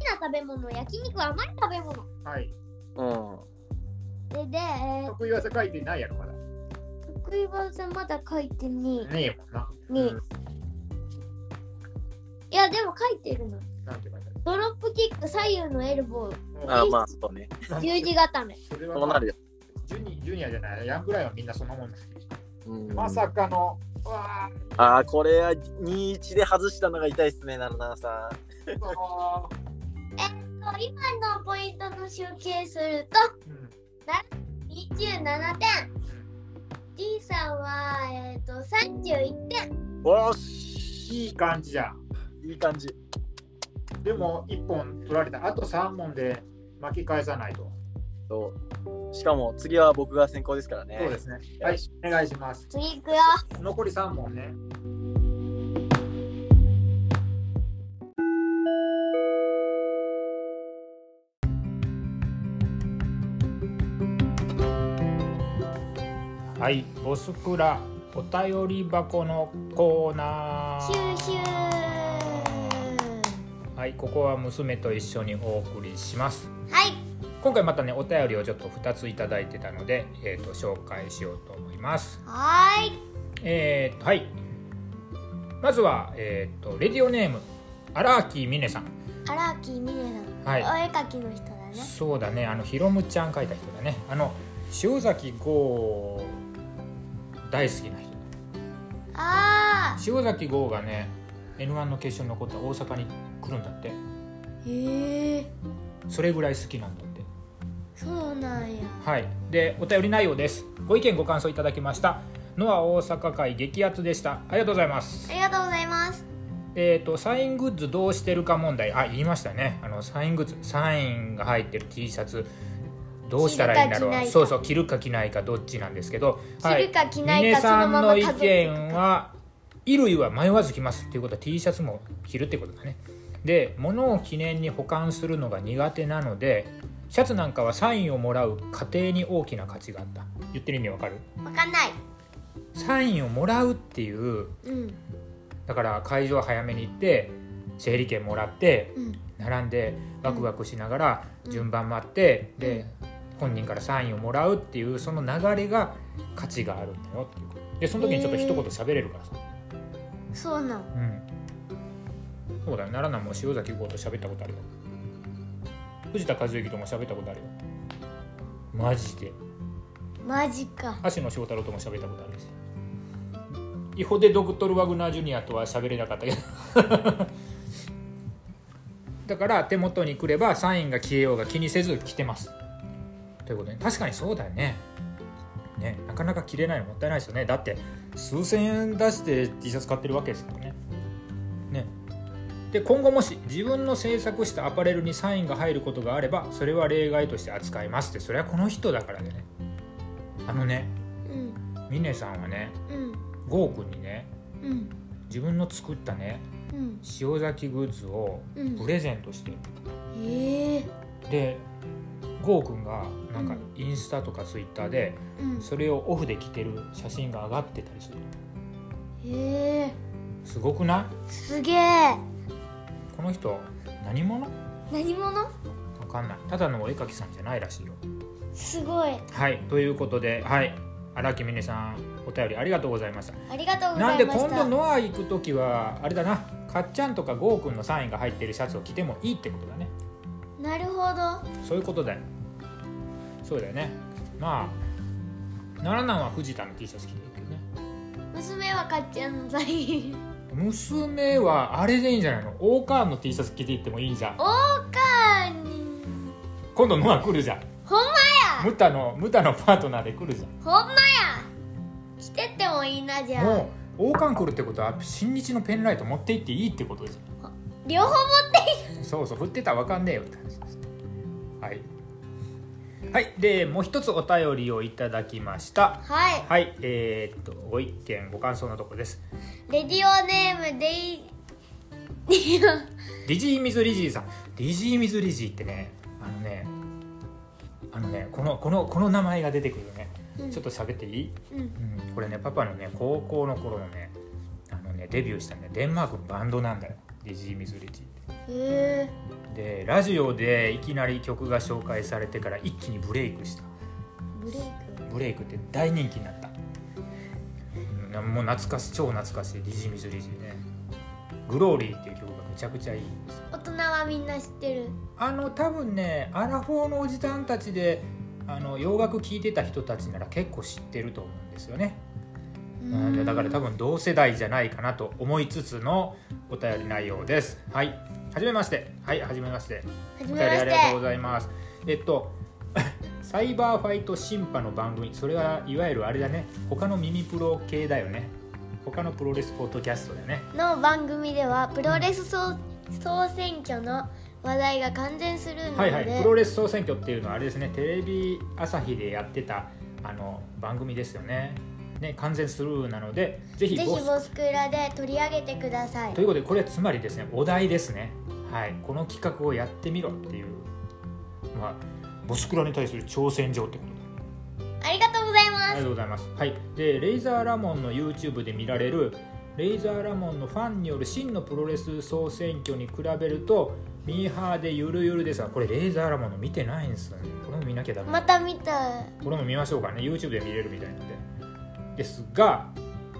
[SPEAKER 2] きな食べ物、焼肉は甘い食べ物。
[SPEAKER 1] はい。
[SPEAKER 3] うん。
[SPEAKER 2] で、で、えー
[SPEAKER 1] 得意技書いてないやろ、まだ。
[SPEAKER 2] 得意技まだ書いてね
[SPEAKER 1] ねえもんな。
[SPEAKER 2] え。ねえ。いや、でも書いてるの。
[SPEAKER 1] なんて書いて
[SPEAKER 2] ドロップキック、左右のエルボー、
[SPEAKER 1] あ
[SPEAKER 3] あ
[SPEAKER 1] る
[SPEAKER 3] ー、まあ、そうね。
[SPEAKER 1] うん
[SPEAKER 2] 十字固め。
[SPEAKER 1] それは、
[SPEAKER 3] そう
[SPEAKER 1] ま
[SPEAKER 3] な
[SPEAKER 1] あ、
[SPEAKER 3] るよ。
[SPEAKER 1] ジュニジュニアじゃない、ヤングライオンはみんなそんなもんです。
[SPEAKER 3] うん
[SPEAKER 1] まさかの、うわ
[SPEAKER 3] あーこれは2-1で外したのが痛いっすね、なるなさ
[SPEAKER 1] ーそ
[SPEAKER 2] 今のポイントの集計する
[SPEAKER 1] ううん
[SPEAKER 2] と27点。D さんは、えっ、と、31点。
[SPEAKER 3] ん。おー
[SPEAKER 1] い
[SPEAKER 3] し
[SPEAKER 1] い感じじゃん。
[SPEAKER 3] いい感じ。
[SPEAKER 1] でも1本取られた。あと3問で巻き返さないと。
[SPEAKER 3] そうしかも次は僕が先行ですからね。
[SPEAKER 1] そうですね。はい、お願いします。
[SPEAKER 2] 次いくよ。
[SPEAKER 1] 残り3問ね。はい、ボスクラお便り箱のコーナ
[SPEAKER 2] シューシュー。
[SPEAKER 1] はい、ここは娘と一緒にお送りします。
[SPEAKER 2] はい。
[SPEAKER 1] 今回またねお便りをちょっと2ついただいてたので、えー、と紹介しようと思います
[SPEAKER 2] はーい。
[SPEAKER 1] えーとはいまずは、えー、とレディオネーム荒木美音さん
[SPEAKER 2] 荒木美音さん。
[SPEAKER 1] はい
[SPEAKER 2] お絵描きの人だね。
[SPEAKER 1] そうだねあのひろむちゃん書いた人だねあの塩崎豪大好きな人
[SPEAKER 2] ああ。
[SPEAKER 1] 塩崎豪がね n 1の決勝に残った大阪に来るんだって
[SPEAKER 2] へえ。
[SPEAKER 1] それぐらい好きなんだって
[SPEAKER 2] そうなんや。
[SPEAKER 1] はい、でお便り内容ですご意見ご感想いただきましたノア大阪会激アツでしたありがとうございます
[SPEAKER 2] ありがとうございます。
[SPEAKER 1] えー、とサイングッズどうしてるか問題あ言いましたねあのサイングッズサインが入ってる T シャツどうしたらいいんだろ
[SPEAKER 2] 着るか着な
[SPEAKER 1] う
[SPEAKER 2] いか
[SPEAKER 1] そうそう着るか着ないかどっちなんですけどはい
[SPEAKER 2] 着るか着ない
[SPEAKER 1] 峰
[SPEAKER 2] かそ
[SPEAKER 1] さ
[SPEAKER 2] の
[SPEAKER 1] ん
[SPEAKER 2] まま
[SPEAKER 1] の
[SPEAKER 2] 家
[SPEAKER 1] 意
[SPEAKER 2] 族とか
[SPEAKER 1] 見は衣類は迷わず着ますっていうことは T シャツも着るってことだねで物を記念に保管するのが苦手なのでシャツなんかはサインをもらう過程に大きな価値があった言ってる意味わかる
[SPEAKER 2] わかんない。
[SPEAKER 1] サインをもらうっていう
[SPEAKER 2] うん。
[SPEAKER 1] だから会場早めに行って整理券もらって
[SPEAKER 2] うん。
[SPEAKER 1] 並んでワクワクしながら
[SPEAKER 2] うん
[SPEAKER 1] 順番待って、で本人からサインをもらうっていうその流れが価値があるんだよっていうことでその時にちょっと一言喋れるからさ、
[SPEAKER 2] そうな
[SPEAKER 1] う
[SPEAKER 2] ん。
[SPEAKER 1] んそうだよ奈良も塩崎豪と喋ったことあるよ藤田和之とも喋ったことあるよマジで
[SPEAKER 2] マジか。
[SPEAKER 1] 橋野翔太郎とも喋ったことあるし違法でドクトル・ワグナー・ジュニアとは喋れなかったけど だから手元に来ればサインが消えようが気にせず来てますということで確かにそうだよねねなかなか着れないのもったいないですよねだって数千円出して T シャツ買ってるわけですからねねで今後もし自分の制作したアパレルにサインが入ることがあればそれは例外として扱いますってそれはこの人だからでねあのね
[SPEAKER 2] うん。
[SPEAKER 1] ミネさんはね
[SPEAKER 2] うん。
[SPEAKER 1] ゴーくんにね
[SPEAKER 2] うん。
[SPEAKER 1] 自分の作ったね
[SPEAKER 4] うん
[SPEAKER 1] 塩崎グッズを
[SPEAKER 4] うん
[SPEAKER 1] プレゼントして、
[SPEAKER 4] へえ
[SPEAKER 1] でゴーくんがなんかインスタとかツイッターで
[SPEAKER 4] うん
[SPEAKER 1] それをオフで着てる写真が上がってたりする
[SPEAKER 4] へえ
[SPEAKER 1] すごくない
[SPEAKER 4] すげえ
[SPEAKER 1] この人何者わ
[SPEAKER 4] 何者
[SPEAKER 1] かんないただのお絵描きさんじゃないらしいよ
[SPEAKER 4] すごい
[SPEAKER 1] はいということではい荒木峰さんお便りありがとうございました
[SPEAKER 4] ありがとうご
[SPEAKER 1] な
[SPEAKER 4] ざ
[SPEAKER 1] ん
[SPEAKER 4] い
[SPEAKER 1] で
[SPEAKER 4] ました
[SPEAKER 1] 今度ノア行く時はあれだなかっちゃんとかゴーくんのサインが入ってるシャツを着てもいいってことだね
[SPEAKER 4] なるほど
[SPEAKER 1] そういうことだよそうだよねまあ奈良南は藤田の T シャツ着てるけどね
[SPEAKER 4] 娘はかっちゃんの サイン
[SPEAKER 1] 娘はあれでいいんじゃないのオーカーンの T シャツ着ていってもいいじゃん
[SPEAKER 4] おーかーに
[SPEAKER 1] 今度ノア来るじゃん
[SPEAKER 4] ほんまや
[SPEAKER 1] ムタのムタのパートナーで来るじゃ
[SPEAKER 4] ほんまや来てってもいいなじ
[SPEAKER 1] ん
[SPEAKER 4] ゃあ
[SPEAKER 1] もう王冠来るってことは新日のペンライト持って行っていいってことじゃん
[SPEAKER 4] 両方持っていい
[SPEAKER 1] そうそう振ってたらわかんねえよって話ですはいはいでもう一つお便りをいただきました
[SPEAKER 4] はい
[SPEAKER 1] はいえー、っとご意見ご感想のとこです
[SPEAKER 4] レディオネームデイ ディオ
[SPEAKER 1] リジー・ミズ・リジーさんリジー・ミズ・リジーってねあのねあのねこのこのこの名前が出てくるね、
[SPEAKER 4] うん
[SPEAKER 1] ちょっと喋っていい、
[SPEAKER 4] うん
[SPEAKER 1] うん、これねパパのね高校の頃のねあのねデビューしたねデンマークのバンドなんだよリジー・ミズ・リジーって
[SPEAKER 4] へえ
[SPEAKER 1] でラジオでいきなり曲が紹介されてから一気にブレイクした
[SPEAKER 4] ブレイク
[SPEAKER 1] ブレイクって大人気になった、うん、もう懐かしい超懐かしいリジー・ミズ・リジーねグローリーっていう曲がめちゃくちゃいい
[SPEAKER 4] 大人はみんな知ってる
[SPEAKER 1] あの多分ねアラフォーのおじさんたちであの洋楽聴いてた人たちなら結構知ってると思うんですよね、うんだから多分同世代じゃないかなと思いつつのお便り内容ですはいはじめましてはいはじめまして
[SPEAKER 4] はじ
[SPEAKER 1] お
[SPEAKER 4] め
[SPEAKER 1] 便
[SPEAKER 4] ま
[SPEAKER 1] りあ
[SPEAKER 4] し
[SPEAKER 1] り
[SPEAKER 4] て
[SPEAKER 1] がとうございますえっと サイバーファイト審判の番組それはいわゆるあれだね他の耳プロ系だよね他のプロレスポッドキャストだよね
[SPEAKER 4] の番組ではプロレス総総選挙の話題が完全するので、
[SPEAKER 1] はいはい、プロレス総選挙っていうのはあれですねテレビ朝日でやってたあの番組ですよねね完全スルーなのでぜひ
[SPEAKER 4] ぜひ
[SPEAKER 1] ボス
[SPEAKER 4] ボスクラで取り上げてください
[SPEAKER 1] ということでこれつまりですねお題ですねはいこの企画をやってみろっていうまあボスクラに対する挑戦状ってことで
[SPEAKER 4] ありがとうございま
[SPEAKER 1] ありが
[SPEAKER 4] す
[SPEAKER 1] とうございますはいでレイザーラモンの YouTube で見られるレイザーラモンのファンによる真のプロレス総選挙に比べるとミーハーでゆるゆるですがこれレイザーラモンの見てないんですよねこれも見なきゃダメだ
[SPEAKER 4] また見た
[SPEAKER 1] これも見ましょうかね YouTube で見れるみたいなんでですが、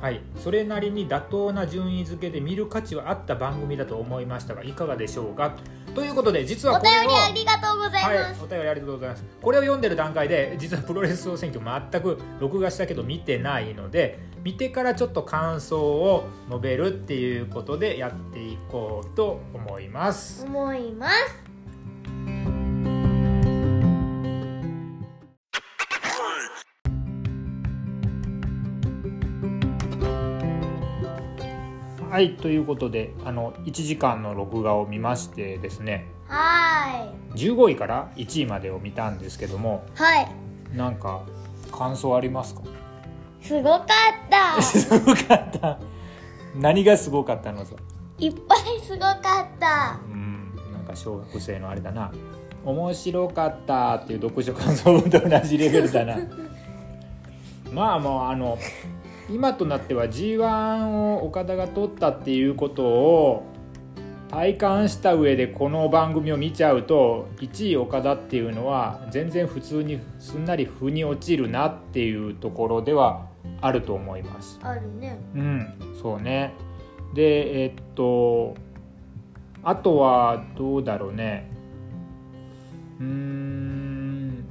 [SPEAKER 1] はい、それなりに妥当な順位付けで見る価値はあった番組だと思いましたがいかがでしょうかということで実は
[SPEAKER 4] お
[SPEAKER 1] これ
[SPEAKER 4] 便
[SPEAKER 1] を
[SPEAKER 4] りありがとうござい
[SPEAKER 1] はい
[SPEAKER 4] ま、す、
[SPEAKER 1] お便りありがとうございますこれを読んでる段階で実はプロレス総選挙全く録画したけど見てないので見てからちょっと感想を述べるっていうことでやっていこうと思います
[SPEAKER 4] 思います
[SPEAKER 1] はいということであの1時間の録画を見ましてですね
[SPEAKER 4] は
[SPEAKER 1] 15位から1位までを見たんですけども
[SPEAKER 4] ーいはい
[SPEAKER 1] なんか感想ありますか
[SPEAKER 4] すごかった
[SPEAKER 1] すごかった何がすごかったのさ
[SPEAKER 4] いっぱいすごかった
[SPEAKER 1] うんなんか小学生のあれだな面白かったっていう読書感想文と同じレベル だなまあもうあの今となっては g 1を岡田が取ったっていうことを体感した上でこの番組を見ちゃうと1位岡田っていうのは全然普通にすんなり腑に落ちるなっていうところではあると思います。
[SPEAKER 4] あるね
[SPEAKER 1] うんそうねでえっとあとはどうだろうねうーん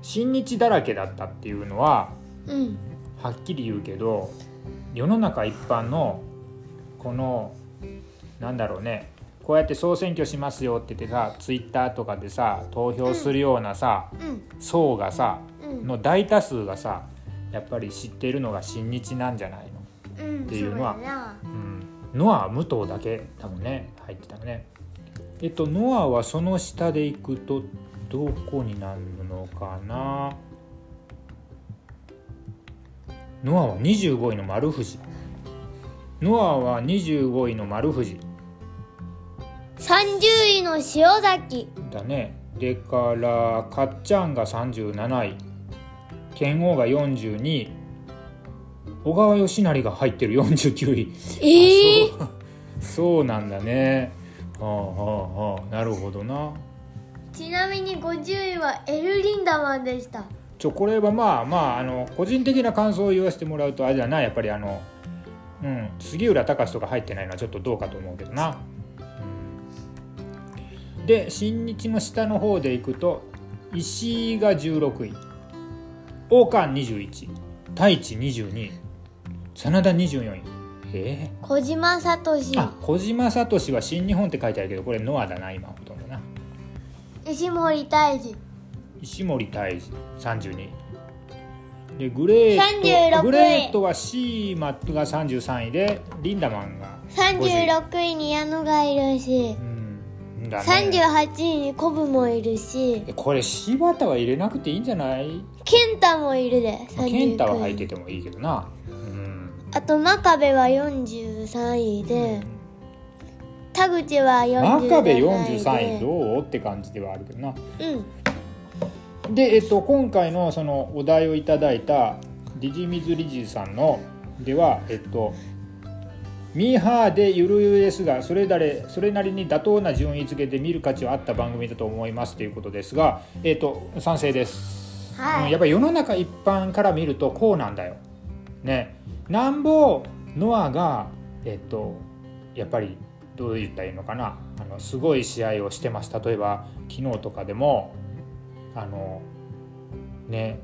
[SPEAKER 1] 親日だらけだったっていうのは
[SPEAKER 4] うん
[SPEAKER 1] はっきり言うけど世の中一般のこのなんだろうねこうやって総選挙しますよって言ってさツイッターとかでさ投票するようなさ、
[SPEAKER 4] うん
[SPEAKER 1] 層がさ
[SPEAKER 4] うん
[SPEAKER 1] の大多数がさやっぱり知ってるのが親日なんじゃないの
[SPEAKER 4] うん
[SPEAKER 1] っていうのは
[SPEAKER 4] そうだな
[SPEAKER 1] うんノア武藤だけ多分ね入ってたのねえっとノアはその下で行くとどこになるのかなノアは25位の丸藤ノアは25位の丸藤
[SPEAKER 2] 30位の塩崎
[SPEAKER 1] だねでからかっちゃんが37位剣王が42位小川義成が入ってる49位
[SPEAKER 2] ええ
[SPEAKER 1] あそうそうなんだねはあはあはあなるほどな
[SPEAKER 2] ちなみに50位はエル・リンダマンでした
[SPEAKER 1] ちょこれはまあまああの個人的な感想を言わせてもらうとあれだなやっぱりあの、うん、杉浦隆とか入ってないのはちょっとどうかと思うけどな。うんで新日の下の方でいくと石井が16位王冠21位太一22位真田24位え
[SPEAKER 2] 小島さとし
[SPEAKER 1] ー、あ小島聡は新日本って書いてあるけどこれノアだな今ほとんどな。
[SPEAKER 2] 石森泰治
[SPEAKER 1] 石森泰治32でグレー
[SPEAKER 2] 36
[SPEAKER 1] ト
[SPEAKER 2] 位
[SPEAKER 1] グレートはシーマットが33位でリンダマンが50
[SPEAKER 2] 36位に矢野がいるし
[SPEAKER 1] うんだね
[SPEAKER 2] 38位にコブもいるし
[SPEAKER 1] えこれ柴田は入れなくていいんじゃない、
[SPEAKER 2] 健太もいるで
[SPEAKER 1] まあ、健太は入っ
[SPEAKER 2] 39位
[SPEAKER 1] ててもいいけどなうん
[SPEAKER 2] あと真壁は43位で田口は47位
[SPEAKER 1] 真
[SPEAKER 2] で
[SPEAKER 1] 壁43位どうって感じではあるけどな
[SPEAKER 2] うん
[SPEAKER 1] で、えっと、今回のそのお題をいただいたディジミズリジーさんのではえっと「ミーハーでゆるゆるですがそれだれそれなりに妥当な順位付けで見る価値はあった番組だと思います」ということですが、えっと、賛成です、
[SPEAKER 2] はい
[SPEAKER 1] うんやっぱ世の中一般から見るとこうなんだよ。ね。なんぼノアがえっとやっぱりどう言ったらいいのかなあのすごい試合をしてます例えば昨日とかでもあのね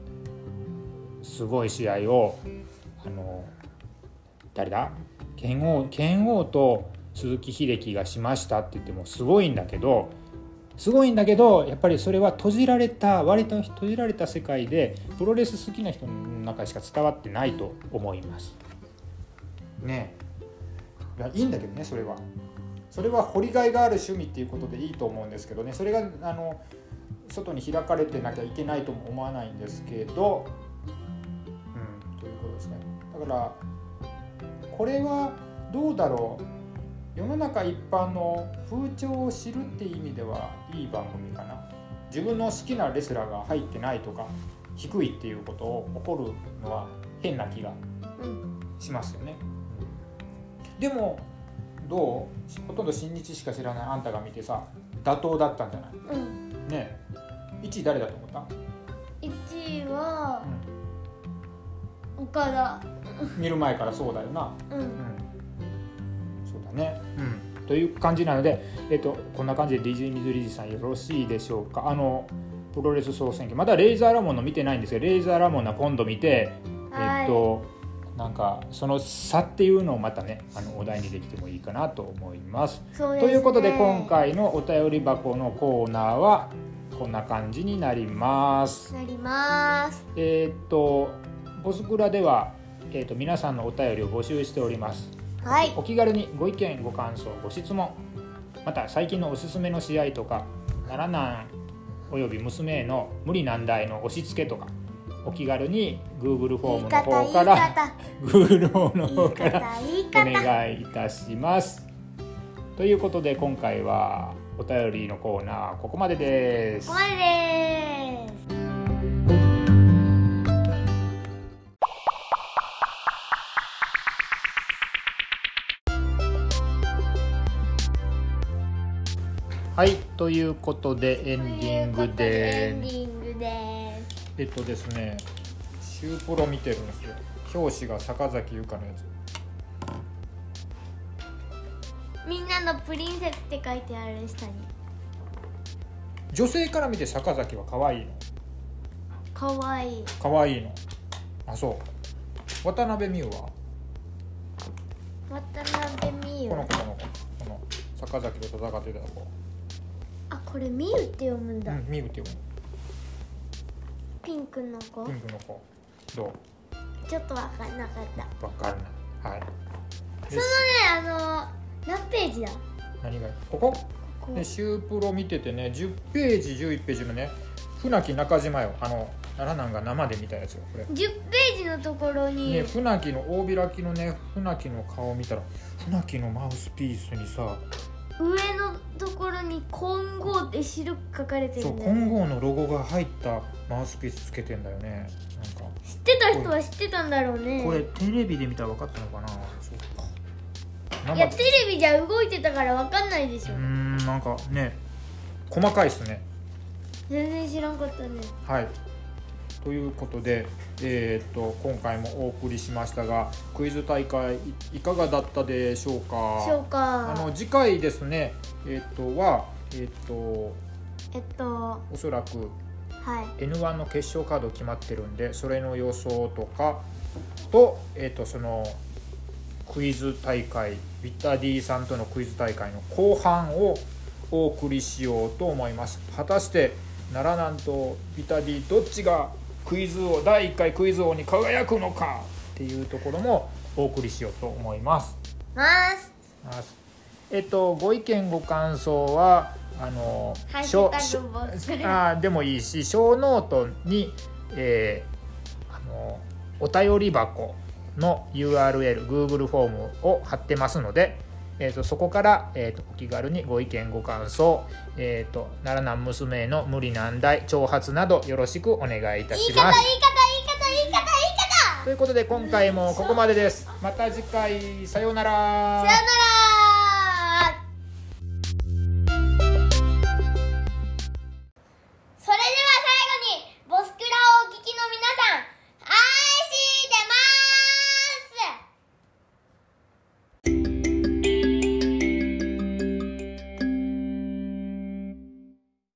[SPEAKER 1] すごい試合をあの誰だ剣王剣王と鈴木秀樹がしましたって言ってもすごいんだけどすごいんだけどやっぱりそれは閉じられた割と閉じられた世界でプロレス好きな人の中しか伝わってないと思います。ねえいやいいんだけどねそれは。それは掘りがいがある趣味っていうことでいいと思うんですけどねそれがあの外に開かれてなきゃいけないとも思わないんですけど、うん、ということですねだからこれはどうだろう世の中一般の風潮を知るっていう意味ではいい番組かな自分の好きなレスラーが入ってないとか低いっていうことを起こるのは変な気がしますよね、でもどうほとんど新日しか知らないあんたが見てさ妥当だったんじゃない
[SPEAKER 2] うん
[SPEAKER 1] ねえ1位誰だと思った、
[SPEAKER 2] 1位は岡田
[SPEAKER 1] 見る前からそうだよな、
[SPEAKER 2] うん
[SPEAKER 1] そうだね、という感じなので、えっと、こんな感じで DJ 水理事さんよろしいでしょうかあのプロレス総選挙まだレイザーラモンの見てないんですけどレイザーラモンの今度見て
[SPEAKER 2] は
[SPEAKER 1] え
[SPEAKER 2] い
[SPEAKER 1] っとなんかその差っていうのをまたねあのお題にできてもいいかなと思います。
[SPEAKER 2] そうです
[SPEAKER 1] と
[SPEAKER 2] ね
[SPEAKER 1] いうことで今回のお便り箱のコーナーはこんな感じになります。
[SPEAKER 2] なります
[SPEAKER 1] えーっとボスクラでは、えーっと皆さんのお便りを募集しております
[SPEAKER 2] はい
[SPEAKER 1] お気軽にご意見ご感想ご質問また最近のおすすめの試合とか奈良南および娘への無理難題の押し付けとかお気軽に Google フォー
[SPEAKER 2] 言
[SPEAKER 1] ムの方
[SPEAKER 2] い方言い
[SPEAKER 1] か
[SPEAKER 2] 方
[SPEAKER 1] ら Google フォームの
[SPEAKER 2] 言い
[SPEAKER 1] 方から
[SPEAKER 2] 方言
[SPEAKER 1] お
[SPEAKER 2] い方
[SPEAKER 1] 願いいたしますということで今回はお便りのコーナーここまでで
[SPEAKER 2] こ
[SPEAKER 1] す
[SPEAKER 2] こまでです
[SPEAKER 1] はいということでエンディング
[SPEAKER 2] エ
[SPEAKER 1] で
[SPEAKER 2] ンデ
[SPEAKER 1] す
[SPEAKER 2] ィングです
[SPEAKER 1] えっとですね、シューポロ見てるんですよ。表紙が坂崎優香のやつ。
[SPEAKER 2] みんなのプリンセスって書いてある下に
[SPEAKER 1] 女性から見て坂崎は可愛いの。
[SPEAKER 2] かわいい
[SPEAKER 1] 可愛いの。あ、そう。渡辺美優は。
[SPEAKER 2] 渡辺美優
[SPEAKER 1] この子、この子。この坂崎と戦ってた子。
[SPEAKER 2] あこれ美優って読むん
[SPEAKER 1] う
[SPEAKER 2] だ、
[SPEAKER 1] ん、美優っていう
[SPEAKER 2] ピンクの子
[SPEAKER 1] の。ピンクの子。ど
[SPEAKER 2] ちょっとわかんなかったね
[SPEAKER 1] う。わかんない。はい。で
[SPEAKER 2] あの何ページだ
[SPEAKER 1] 何が。ここ。
[SPEAKER 2] こ
[SPEAKER 1] で、シュープロ見ててね、10ページ、11ページのね。船木中島よ。あの、奈良南が生で見たやつよ。これ。
[SPEAKER 2] 10ペーージのところに、
[SPEAKER 1] ね船木の大開きのね船木の顔見たら船木のマウスピースにさ
[SPEAKER 2] 上のところに「混合」って白く書かれて
[SPEAKER 1] そ
[SPEAKER 2] る
[SPEAKER 1] うん
[SPEAKER 2] だよ
[SPEAKER 1] 金剛のロゴが入ったマウスピースつけてんだよねなんか
[SPEAKER 2] 知ってた人は知ってたんだろうね
[SPEAKER 1] これテレビで見たら分かったのかなそうか
[SPEAKER 2] い
[SPEAKER 1] な
[SPEAKER 2] や
[SPEAKER 1] んか
[SPEAKER 2] テレビじゃ動いてたからわかんないでし
[SPEAKER 1] う
[SPEAKER 2] ょ
[SPEAKER 1] ーんなんかね細かいっすね
[SPEAKER 2] 全然知らんかったね
[SPEAKER 1] はいということで、えーっと今回もお送りしましたがクイズ大会いいかがだったでしょうか
[SPEAKER 2] そうか
[SPEAKER 1] あの次回ですねえーっとはえーっとお
[SPEAKER 2] えっと
[SPEAKER 1] そらく
[SPEAKER 2] はい
[SPEAKER 1] N1 の決勝カード決まってるんでそれの予想とかと,、えー、とそのクイズ大会ビッター D さんとのクイズ大会の後半をお送りしようと思います果たして奈良南とビッター D どっちがクイズ王第1回クイズ王に輝くのかっていうところもお送りしようと思います
[SPEAKER 2] ます
[SPEAKER 1] ますえっとご意見ご感想はあの
[SPEAKER 2] ハッシ
[SPEAKER 1] 小
[SPEAKER 2] ュタグボス
[SPEAKER 1] 小あーでもいいし小ノートに、えーあのお便り箱の URL Google フォームを貼ってますので、えー、とそこから、えー、とお気軽にご意見ご感想、えー、と奈良南娘への無理難題挑発などよろしくお願いいた
[SPEAKER 2] 言い
[SPEAKER 1] し
[SPEAKER 2] 方言い方言い方
[SPEAKER 1] ます。
[SPEAKER 2] 言い方言い方
[SPEAKER 1] ということで今回もここまでです。また次回さようなら。
[SPEAKER 2] さよなら